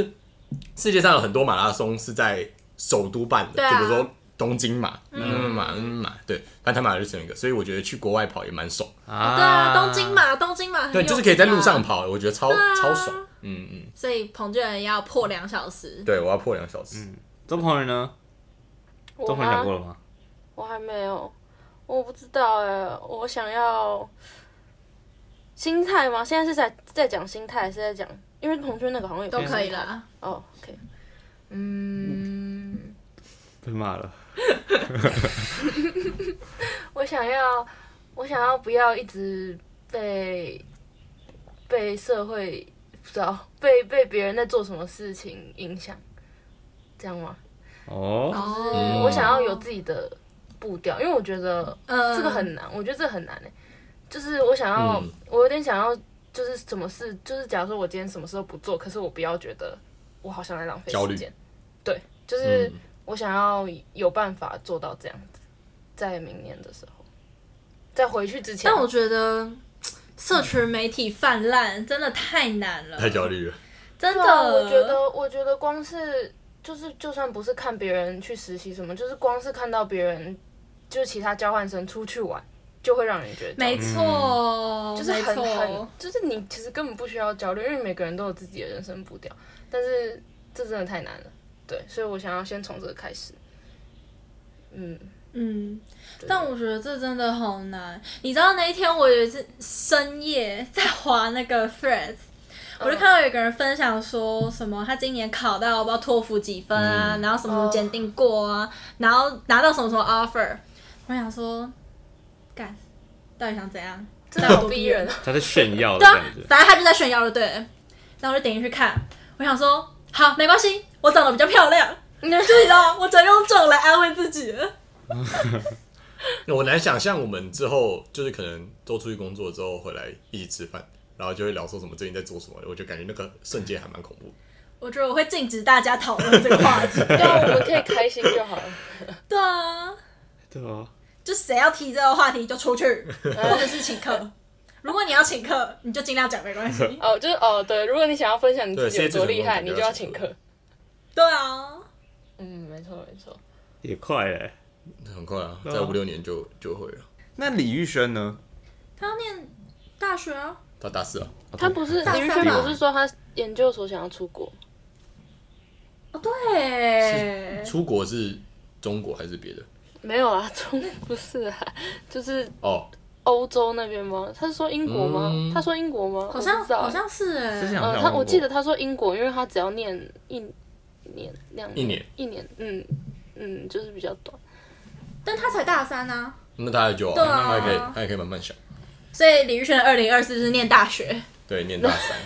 Speaker 3: 世界上有很多马拉松是在首都办的，
Speaker 1: 对啊
Speaker 3: 就比如说东京马、嗯马、嗯马，对，但台马就是一个，所以我觉得去国外跑也蛮爽，
Speaker 1: 哦对啊，东京。马，东京马很有
Speaker 3: 对，
Speaker 1: 名啊
Speaker 3: 就是可以在路上。跑，我觉得超
Speaker 1: 啊
Speaker 3: 超爽，嗯嗯，
Speaker 1: 所以彭俊仁要破两小时，
Speaker 3: 对我要破两小时，
Speaker 2: 周鹏宇呢？
Speaker 4: 我
Speaker 1: 啊
Speaker 2: 周鹏宇讲过
Speaker 4: 还
Speaker 2: 了吗？
Speaker 4: 我还没有，我不知道哎、我想要心态吗？现在是在在讲心态，还是在讲？因为同学那个好像也
Speaker 1: 都可以
Speaker 4: 了。
Speaker 1: 啦。
Speaker 4: 哦，OK，嗯。
Speaker 2: 被骂了。
Speaker 4: 我想要，我想要不要一直被被社会不知道被被别人在做什么事情影响，这样吗？
Speaker 2: 哦，
Speaker 4: 嗯，
Speaker 1: 哦
Speaker 4: 我想要有自己的步调，因为我觉得
Speaker 1: 呃
Speaker 4: 这个很难，我觉得这很难诶、就是我想要，
Speaker 3: 嗯
Speaker 4: 我有点想要，就是什么事，就是假如说我今天什么事都不做，可是我不要觉得我好像在浪费
Speaker 3: 焦虑
Speaker 4: 时间，对，就是
Speaker 3: 嗯
Speaker 4: 我想要有办法做到这样子，在明年的时候，在回去之前，啊
Speaker 1: 但我觉得社群媒体泛滥真的太难了，
Speaker 3: 太焦虑了，
Speaker 1: 真
Speaker 4: 对
Speaker 1: 的。
Speaker 4: 啊，我觉得，我觉得光是就是，就算不是看别人去实习什么，就是光是看到别人，就是其他交换生出去玩，就会让人觉得焦虑
Speaker 1: 没错，
Speaker 4: 就是
Speaker 1: 没
Speaker 4: 很
Speaker 1: 错
Speaker 4: 很，就是你其实根本不需要焦虑，因为每个人都有自己的人生步调，但是这真的太难了，对，所以我想要先从这个开始，嗯，
Speaker 1: 嗯，
Speaker 4: 对
Speaker 1: 但我觉得这真的好难。你知道那一天我也是深夜在滑那个 Threads，我就看到有一个人分享说什么他今年考到不知道托福几分啊，然后什么什么检定过啊，然后拿到什么什么 offer。我想说，干，到底想怎样？
Speaker 4: 真的好逼人啊，
Speaker 2: 他在炫耀的
Speaker 1: 对啊
Speaker 2: 感觉，。
Speaker 1: 反正他就在炫耀了，对了。然后我就点进去看，我想说，好，没关系，我长得比较漂亮，
Speaker 4: 啊
Speaker 1: 就你知道，我只能用这种来安慰自己。
Speaker 3: 我难想象我们之后就是可能都出去工作之后回来一起吃饭，然后就会聊说什么最近在做什么，我就感觉那个瞬间还蛮恐怖的。
Speaker 1: 我觉得我会禁止大家讨论这个话题。
Speaker 4: 对啊，我们可以开心就好了。
Speaker 1: 对啊，
Speaker 2: 对啊，
Speaker 1: 就谁要提这个话题就出 去，或者是请客。如果你要请客，你就尽量讲，没关 系。
Speaker 4: 哦，就是哦，对，如果你想要分享你自己
Speaker 3: 对
Speaker 4: 有多厉
Speaker 3: 所
Speaker 4: 害，
Speaker 3: 以这种东西
Speaker 4: 你就要请客。
Speaker 1: 对啊，
Speaker 4: 嗯，没错没错。
Speaker 2: 也快欸嘞。
Speaker 3: 很快啊，
Speaker 2: 对啊
Speaker 3: 在五六年就就会了。
Speaker 2: 那李玉轩呢？
Speaker 1: 他要念大学啊，
Speaker 3: 他大四啊，
Speaker 4: 他不是
Speaker 1: 大
Speaker 4: 李宇
Speaker 1: 三
Speaker 4: 轩，
Speaker 1: 吧
Speaker 4: 不是说他研究所想要出国？
Speaker 1: 哦对，
Speaker 3: 出国是中国还是别的？
Speaker 4: 没有啊，中不是啊，就是
Speaker 3: 哦，
Speaker 4: 欧洲那边吗？他是说英国吗？
Speaker 3: 嗯
Speaker 4: 他说英国吗？
Speaker 1: 好
Speaker 4: 我
Speaker 1: 像
Speaker 4: 不知道
Speaker 1: 好像是哎、
Speaker 2: 之前好
Speaker 4: 呃，
Speaker 2: 像
Speaker 4: 他
Speaker 2: 问
Speaker 4: 我
Speaker 2: 过
Speaker 4: 记得他说英国，因为他只要念一年、两
Speaker 3: 一年
Speaker 4: 年、一年，嗯嗯，就是比较短。
Speaker 1: 但他才大三啊，
Speaker 3: 那他还久
Speaker 1: 对
Speaker 3: 啊，
Speaker 1: 啊
Speaker 3: 那还可以，他也可以慢慢想。
Speaker 1: 所以李宇轩二零二四是念大学。
Speaker 3: 对，念 大三，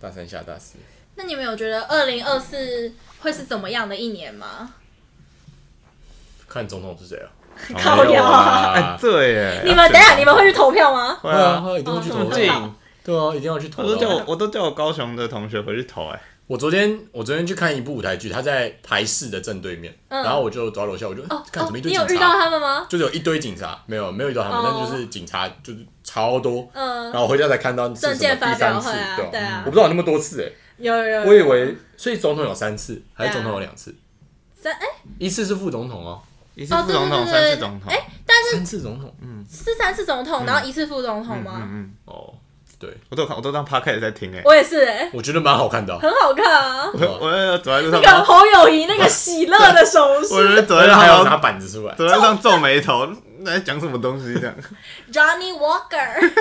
Speaker 3: 大三下大四。
Speaker 1: 那你们有觉得二零二四会是怎么样的一年
Speaker 3: 啊
Speaker 1: 吗？
Speaker 3: 看总统是谁啊？
Speaker 1: 靠
Speaker 2: 没有
Speaker 1: 腰
Speaker 2: 啊
Speaker 1: 啊
Speaker 2: 哎，对耶。
Speaker 1: 你们等一下，你们会去投票吗？
Speaker 2: 会
Speaker 3: 对啊，
Speaker 2: 啊，
Speaker 3: 他一定会去
Speaker 2: 这
Speaker 1: 哦
Speaker 3: 投
Speaker 2: 么
Speaker 3: 的
Speaker 2: 近，
Speaker 3: 对啊，一定要去投
Speaker 2: 我
Speaker 3: 的啊。
Speaker 2: 都叫我我都叫我高雄的同学回去投哎。
Speaker 3: 我昨天我昨天去看一部舞台剧，他在台视的正对面，
Speaker 1: 嗯
Speaker 3: 然后我就走到楼下，我就
Speaker 1: 哦
Speaker 3: 看
Speaker 1: 哦
Speaker 3: 怎么一，堆
Speaker 1: 你
Speaker 3: 警
Speaker 1: 有遇到
Speaker 3: 察，
Speaker 1: 他们吗？
Speaker 3: 就是有一堆警察，没有没有遇到他们，
Speaker 1: 哦
Speaker 3: 但就是警察就是超多。
Speaker 1: 嗯
Speaker 3: 然，后回家才看到是什么
Speaker 1: 证件
Speaker 3: 第
Speaker 1: 发
Speaker 3: 三
Speaker 1: 表
Speaker 3: 次
Speaker 1: 会啊，
Speaker 3: 对
Speaker 1: 对
Speaker 3: 啊，
Speaker 1: 啊
Speaker 3: 我不，知道有那么多次哎，
Speaker 1: 有有有，
Speaker 3: 我以为所以总统有三次，还是总统
Speaker 1: 啊
Speaker 3: 有两次？
Speaker 1: 三哎
Speaker 3: 一次是副总统哦，
Speaker 2: 一次
Speaker 1: 哦对
Speaker 2: 副
Speaker 1: 对
Speaker 2: 总
Speaker 1: 对
Speaker 2: 统，
Speaker 1: 对
Speaker 2: 三次
Speaker 1: 对
Speaker 2: 总统。
Speaker 1: 哎，但是
Speaker 3: 三次总统嗯
Speaker 1: 是三次总统，然后一次副总统
Speaker 2: 嗯嗯
Speaker 1: 吗？
Speaker 2: 嗯，
Speaker 3: 哦，对，
Speaker 2: 我都有看我都当 p o d c a s 在听哎。
Speaker 1: 我也是哎，
Speaker 3: 我觉得蛮好看 的啊，
Speaker 1: 很好看啊，
Speaker 2: 我我走在路
Speaker 1: 那
Speaker 2: 上，
Speaker 1: 个侯友谊那个喜乐的手
Speaker 2: 我 觉
Speaker 1: 势
Speaker 2: 得走在
Speaker 3: 而
Speaker 2: 路
Speaker 3: 且
Speaker 2: 上
Speaker 3: 还
Speaker 2: 还要
Speaker 3: 有拿板子出来，
Speaker 2: 走在路上皱眉头，那在讲什么东西这样？
Speaker 1: ，Johnny Walker，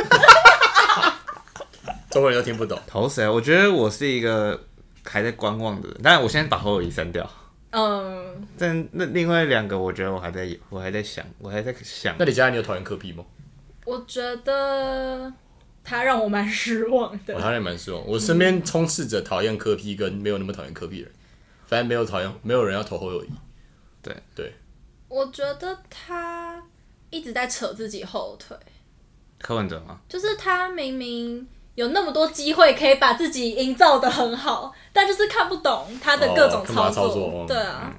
Speaker 3: 中国人都听不懂。
Speaker 2: 投谁？啊我觉得我是一个还在观望的人，但我先把侯友谊删掉。
Speaker 1: 嗯，
Speaker 2: 但那另外两个，我觉得我还在，我还在想，我还在想
Speaker 3: 那。李佳，你有讨厌科比吗？
Speaker 1: 我觉得他让我蛮失望
Speaker 3: 我
Speaker 1: 的，
Speaker 3: 讨厌哦蛮失望，我身边充斥着讨厌科批跟没有那么讨厌科批的人，反正没有讨厌，没有人要投侯友谊。
Speaker 2: 对
Speaker 3: 对，
Speaker 1: 我觉得他一直在扯自己后腿。
Speaker 2: 柯文哲吗？
Speaker 1: 就是他明明有那么多机会可以把自己营造的很好，但就是看不懂他的各种
Speaker 3: 哦看不懂
Speaker 1: 操
Speaker 3: 他
Speaker 1: 作。
Speaker 3: 操作哦
Speaker 1: 对啊，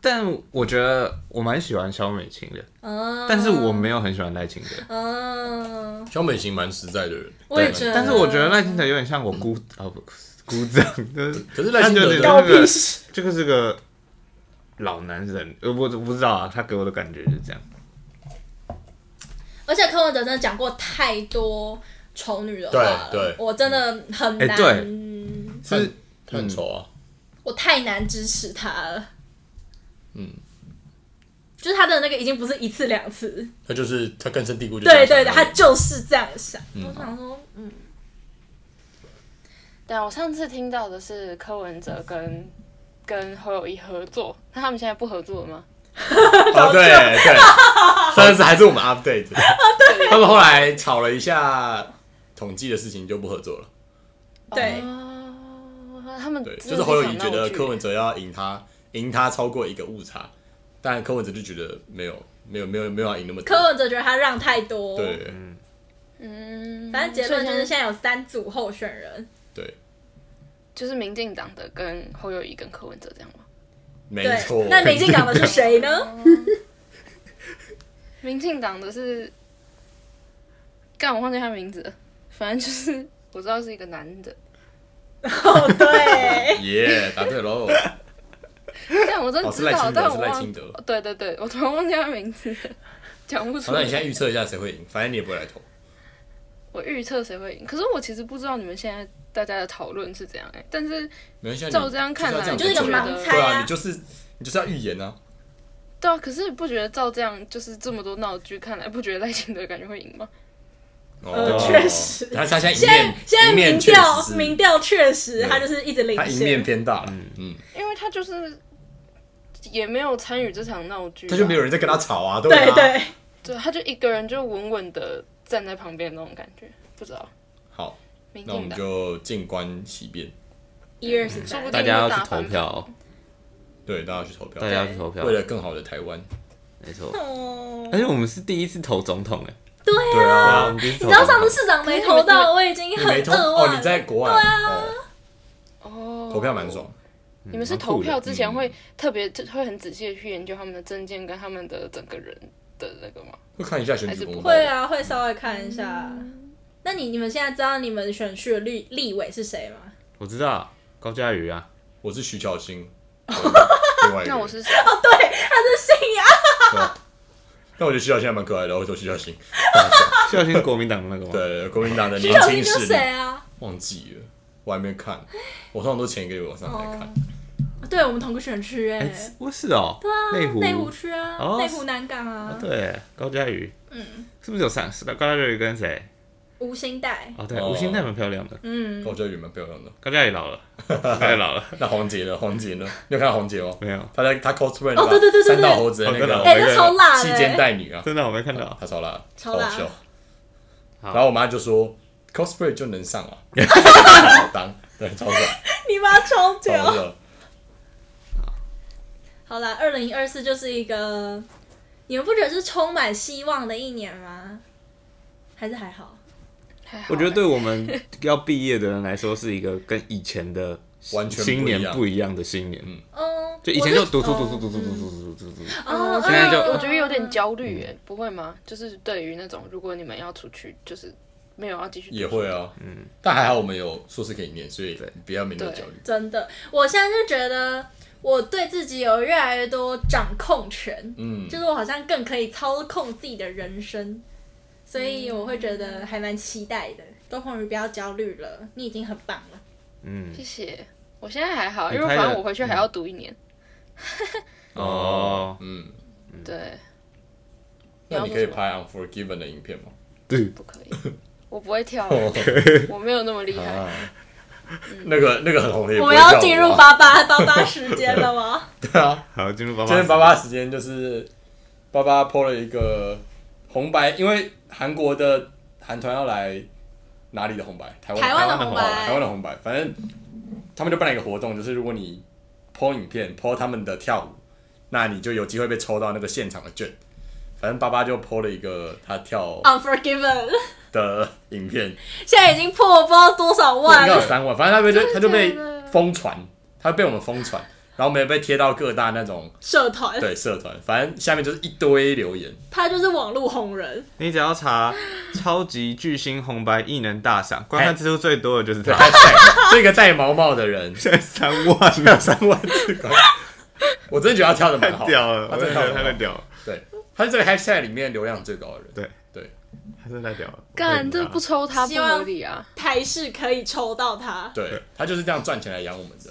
Speaker 2: 但我觉得我蛮喜欢萧美琴的，
Speaker 1: 嗯，
Speaker 2: 但是我没有很喜欢赖清德。
Speaker 1: 嗯，
Speaker 3: 小美型蛮实在的人，
Speaker 1: 我也
Speaker 3: 对
Speaker 1: 觉得
Speaker 2: 但是我觉得赖清德有点像我姑啊不姑丈， 就是
Speaker 3: 可是赖清
Speaker 2: 他
Speaker 3: 德
Speaker 2: 就
Speaker 3: 的
Speaker 2: 是
Speaker 1: 搞屁事。
Speaker 2: 这个是个老男人，呃我我不知道啊，他给我的感觉是这样。
Speaker 1: 而且柯文哲真的讲过太多丑女的话了，
Speaker 3: 对对
Speaker 1: 我真的很难，
Speaker 2: 哎对
Speaker 3: 他
Speaker 2: 是
Speaker 3: 他很丑啊，
Speaker 1: 我太难支持他了。
Speaker 3: 嗯，
Speaker 1: 就是他的那个已经不是一次两次，
Speaker 3: 他就是他根深蒂固就
Speaker 1: 对对
Speaker 3: 这
Speaker 1: 对，
Speaker 3: 样想
Speaker 1: 他就是这样想。我想说，嗯，
Speaker 4: 对啊，我上次听到的是柯文哲跟跟侯友谊合作，那他们现在不合作了吗？
Speaker 3: 哦对 对，上次还是我们 update，他
Speaker 1: 哦
Speaker 3: 们后来吵了一下统计的事情就不合作了，
Speaker 1: 对
Speaker 4: 哦他们
Speaker 3: 对，
Speaker 4: 真
Speaker 3: 就
Speaker 4: 的
Speaker 3: 是侯友
Speaker 4: 想
Speaker 3: 谊觉
Speaker 4: 闹
Speaker 3: 得
Speaker 4: 剧
Speaker 3: 柯文哲要赢他，赢他超过一个误差，但柯文哲就觉得没有没有没有没有要赢那么多
Speaker 1: 柯，文哲觉得他让太多，
Speaker 3: 对
Speaker 4: 嗯，
Speaker 1: 反正结论就是
Speaker 4: 所以
Speaker 1: 现在有三组候选人，
Speaker 3: 对，
Speaker 4: 就是民进党的跟侯友谊跟柯文哲这样吗？
Speaker 3: 没
Speaker 1: 对
Speaker 3: 错，，
Speaker 1: 那民进党的是谁 呢？
Speaker 4: 民进党的是，干我忘记他名字了，反正就是我知道是一个男的，
Speaker 1: 哦， 对，
Speaker 3: 耶，答对喽！
Speaker 4: 但我真
Speaker 3: 哦
Speaker 4: 的
Speaker 3: 是
Speaker 4: 知
Speaker 3: 赖
Speaker 4: 道，
Speaker 3: 清德
Speaker 4: 但
Speaker 3: 是
Speaker 4: 我
Speaker 3: 赖
Speaker 4: 忘哦
Speaker 3: 清德
Speaker 4: 对对对，我突然忘记他名字了，讲不出
Speaker 3: 好，哦那
Speaker 4: 来
Speaker 3: 你。现在预测一下谁会赢？反正你也不会来投。
Speaker 4: 我预测谁会赢，可是我其实不知道你们现在大家的讨论是怎样哎、但是
Speaker 3: 没关系啊，
Speaker 4: 照
Speaker 3: 你
Speaker 4: 这样看
Speaker 3: 就是要
Speaker 4: 来
Speaker 3: 这
Speaker 1: 就是一个
Speaker 3: 样子
Speaker 1: 盲
Speaker 3: 做
Speaker 1: 猜
Speaker 3: 对
Speaker 1: 啊
Speaker 3: 啊，你就是你就是要预言啊。
Speaker 4: 对啊，可是不觉得照这样就是这么多闹剧，看来不觉得赖清德感觉会赢吗？
Speaker 1: 呃确实
Speaker 3: 哦他他现在一
Speaker 1: 现在
Speaker 3: 面
Speaker 1: 现在
Speaker 3: 一面
Speaker 1: 民
Speaker 3: 确
Speaker 1: 调
Speaker 3: 实是
Speaker 1: 民调确实
Speaker 3: 对
Speaker 1: 他就是一直领
Speaker 3: 他赢面
Speaker 1: 先，
Speaker 3: 偏大了，嗯，
Speaker 4: 因为他就是也没有参与这场闹剧啊、
Speaker 3: 他就没有人在跟他吵啊，对
Speaker 1: 对
Speaker 3: 吧？
Speaker 1: 对，
Speaker 4: 对，他就一个人就稳稳的站在旁边那种感觉，不知道
Speaker 3: 好，
Speaker 4: 民
Speaker 3: 那我
Speaker 4: 进
Speaker 3: 们
Speaker 4: 党
Speaker 3: 就静观其变。
Speaker 1: 一月十三
Speaker 4: 说不定
Speaker 2: 大家要去投票哦，
Speaker 3: 对，大家去投
Speaker 1: 啊
Speaker 3: 票
Speaker 2: 大，家要去投票
Speaker 3: 为，了更好的台湾。
Speaker 2: 没错。
Speaker 1: 哦，
Speaker 2: 而且我们是第一次投总统哎，
Speaker 3: 对
Speaker 2: 啊，我
Speaker 3: 啊
Speaker 2: 们，第一次
Speaker 1: 你
Speaker 2: 投
Speaker 1: 知道上次
Speaker 2: 总统
Speaker 1: 市长没投到，我已经
Speaker 3: 你
Speaker 1: 很啊
Speaker 3: 没投
Speaker 1: 扼
Speaker 3: 哦，
Speaker 1: 腕
Speaker 3: 你
Speaker 1: 了。
Speaker 3: 在国外，
Speaker 1: 啊
Speaker 3: 哦，
Speaker 4: 哦，
Speaker 3: 投票蛮。爽。
Speaker 4: 你们是
Speaker 2: 蛮酷的
Speaker 4: 投票之前会特别会很仔细的去研究他们的证件跟他们的整个人的那个吗？
Speaker 3: 会看一下选举公报，
Speaker 1: 会啊，会稍微看一下。那你你们现在知道你们选区的立立委是谁 吗？
Speaker 2: 我知道高嘉瑜啊，
Speaker 3: 我是徐 巧芯，另外一个人
Speaker 4: 那我是
Speaker 1: 哦
Speaker 3: 对啊那我觉得徐小新还蛮可爱的，我说徐小新，
Speaker 2: 徐小新国民党的那个吗？
Speaker 3: 对，国民党的
Speaker 1: 徐
Speaker 3: 年
Speaker 1: 小
Speaker 3: 轻
Speaker 1: 新就是
Speaker 3: 势
Speaker 1: 谁
Speaker 3: 力，
Speaker 1: 啊？
Speaker 3: 忘记了，我还没看，我通常都前一个月晚上才
Speaker 1: 哦
Speaker 3: 看，
Speaker 1: 对我们同个选区哎、
Speaker 2: 哎，是我是哦，内湖
Speaker 1: 内湖区啊，
Speaker 2: 哦
Speaker 1: 内湖南港啊，
Speaker 2: 啊，对，高嘉瑜，嗯，是不是有三？是的，高嘉瑜跟谁？
Speaker 1: 吴兴代，
Speaker 2: 哦，对，
Speaker 3: 哦
Speaker 2: 吴昕太蛮漂亮的，
Speaker 1: 嗯，
Speaker 3: 高嘉宇蛮漂亮的。
Speaker 2: 高嘉瑜老了，高嘉瑜老 了，
Speaker 3: 那黄杰呢？黄杰呢？你有看到黄杰吗？
Speaker 2: 没有，
Speaker 3: 他在他 cosplay
Speaker 1: 哦对对对对对
Speaker 3: 三道猴子的那
Speaker 2: 哦
Speaker 3: 个
Speaker 1: 哎、那超辣的、
Speaker 3: 细肩
Speaker 1: 欸，
Speaker 3: 带女啊，
Speaker 2: 真的我没看到。
Speaker 3: 他超辣，
Speaker 1: 超辣
Speaker 3: 好笑。
Speaker 2: 好
Speaker 3: 然后我妈就说 cosplay 就能 上啊，好当对， 超爽，
Speaker 1: 欸你妈超久。
Speaker 3: 超热。
Speaker 1: 好啦，二零二四就是一个，你们不觉得是充满希望的一年吗？还是还好？
Speaker 4: 还好 欸
Speaker 2: 我觉得对我们要毕业的人来说，是一个跟以前的
Speaker 3: 完全不一
Speaker 2: 新
Speaker 3: 样
Speaker 2: 年不一样的新年。
Speaker 1: 嗯，
Speaker 2: 就以前就读书
Speaker 1: 我
Speaker 2: 读
Speaker 1: 是
Speaker 2: 书读书读书读书读书读书，
Speaker 1: 哦，
Speaker 4: 现在就我觉得
Speaker 1: 嗯
Speaker 4: 有点焦虑耶，不会吗？就是对于那种如果你们要出去，就是没有要继续读书
Speaker 3: 也会啊，嗯，但还好我们有硕士可以念，所以不要没那么焦虑。
Speaker 1: 真的，我现在就觉得我对自己有越来越多掌控权，
Speaker 3: 嗯，
Speaker 1: 就是我好像更可以操控自己的人生，所以我会觉得还蛮期待的。周鹏宇不要焦虑了，你已经很棒了。
Speaker 2: 嗯，
Speaker 4: 谢谢。我现在还好，
Speaker 2: 你
Speaker 4: 因为
Speaker 2: 拍
Speaker 4: 反
Speaker 2: 了
Speaker 4: 正我回去还要读一年。
Speaker 2: 哦，
Speaker 3: 嗯，
Speaker 4: 对，
Speaker 3: 那你可以拍 Unforgiven 的影片吗？
Speaker 2: 对，
Speaker 4: 不可以，我不会跳，
Speaker 3: 哦
Speaker 4: 我没有那么厉害。
Speaker 3: 啊，那个那个很红的也
Speaker 1: 我
Speaker 3: 不
Speaker 1: 们
Speaker 3: 会
Speaker 1: 要
Speaker 3: 跳舞
Speaker 1: 进入
Speaker 3: 啊
Speaker 1: 八八八八时间了吗？
Speaker 3: 对啊，
Speaker 2: 好，进入爸爸，
Speaker 3: 今天爸爸时间就是爸爸 PO 了一个红白，因为韩国的韩团要来哪里的红白？台湾
Speaker 1: 台湾的
Speaker 2: 红
Speaker 1: 红
Speaker 2: 白
Speaker 3: 台湾
Speaker 1: 白，
Speaker 3: 的红白，反正他们就办了一个活动，就是如果你 PO 影片 PO 他们的跳舞，那你就有机会被抽到那个现场的券。反正爸爸就 PO 了一个他跳
Speaker 1: Unforgiven，
Speaker 3: 的影片，
Speaker 1: 现在已经破不知道多少
Speaker 3: 应该有
Speaker 1: 万，
Speaker 3: 三万，反正他被就他就被
Speaker 4: 真的假的
Speaker 3: 疯传，他被我们疯传，然后我们也被贴到各大那种
Speaker 1: 社团，
Speaker 3: 对社团，反正下面就是一堆留言，
Speaker 1: 他就是网络红人，
Speaker 2: 你只要查“超级巨星红白艺能大赏”，观看次数最多的就是
Speaker 3: 对，
Speaker 2: 他，
Speaker 3: 他戴 这个戴毛毛的 人
Speaker 2: 现在三万了，
Speaker 3: 三万次观看，我真的觉得他跳的
Speaker 2: 太
Speaker 3: 蛮好，
Speaker 2: 屌了，
Speaker 3: 他
Speaker 2: 我
Speaker 3: 真
Speaker 2: 真
Speaker 3: 的
Speaker 2: 的
Speaker 3: 跳
Speaker 2: 觉得
Speaker 3: 得蛮
Speaker 2: 他
Speaker 3: 好
Speaker 2: 太屌了，
Speaker 3: 对，他是这个 hashtag 里面流量最高的人，
Speaker 2: 对
Speaker 3: 对，
Speaker 2: 他真的太屌了，
Speaker 4: 干，这不
Speaker 2: 是
Speaker 4: 抽他不
Speaker 1: 希望
Speaker 4: 合理啊！
Speaker 1: 台式可以抽到他。
Speaker 3: 对他就是这样赚钱来养我们的。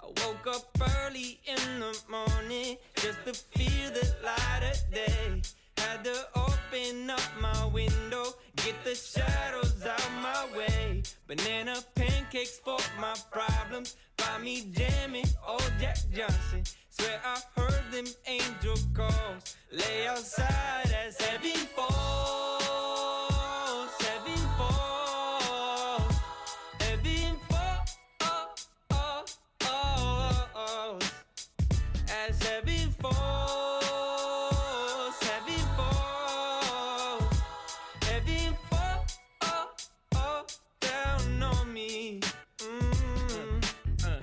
Speaker 5: I woke up early in the morning just to feel the light of day. Had to open up my window, get the shadows out my way. Banana pancakes for my problems. Find me jamming, old Jack Johnson. Swear I heard them angel calls. Lay outside as heaven falls, heaven falls. Heaven falls as heaven falls, heaven falls, heaven falls down on me. Mm, uh.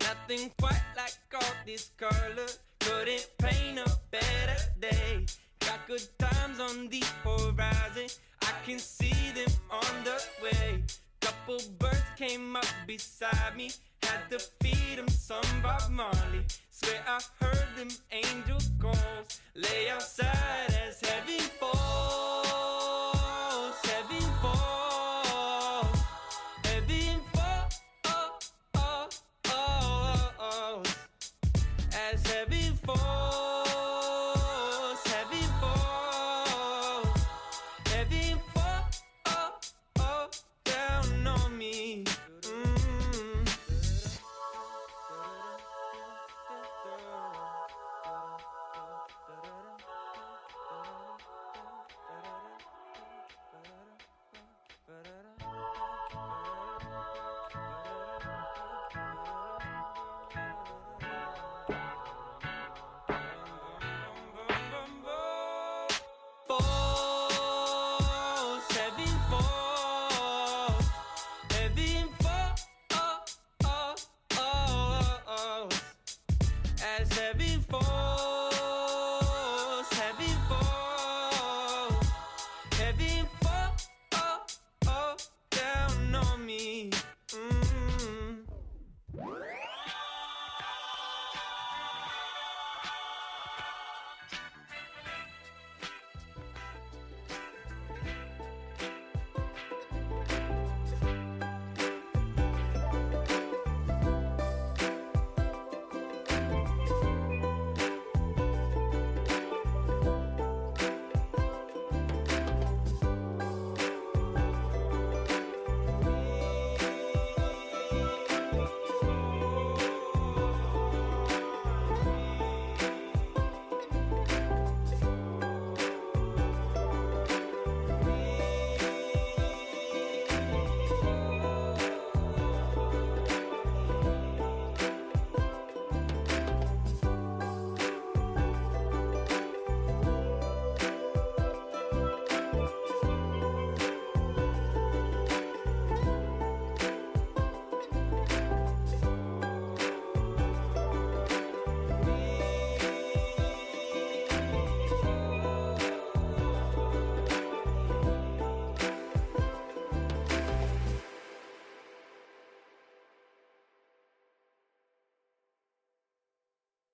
Speaker 5: Nothing quite like all this color. Couldn't paint a better day. Got good times on the horizon. I can see them on the way. Couple birds came up beside me. Had to feed them some Bob Marley. Swear I heard them angel calls. Lay outside as heaven falls. Heaven falls. Heaven falls as heaven falls. Mm.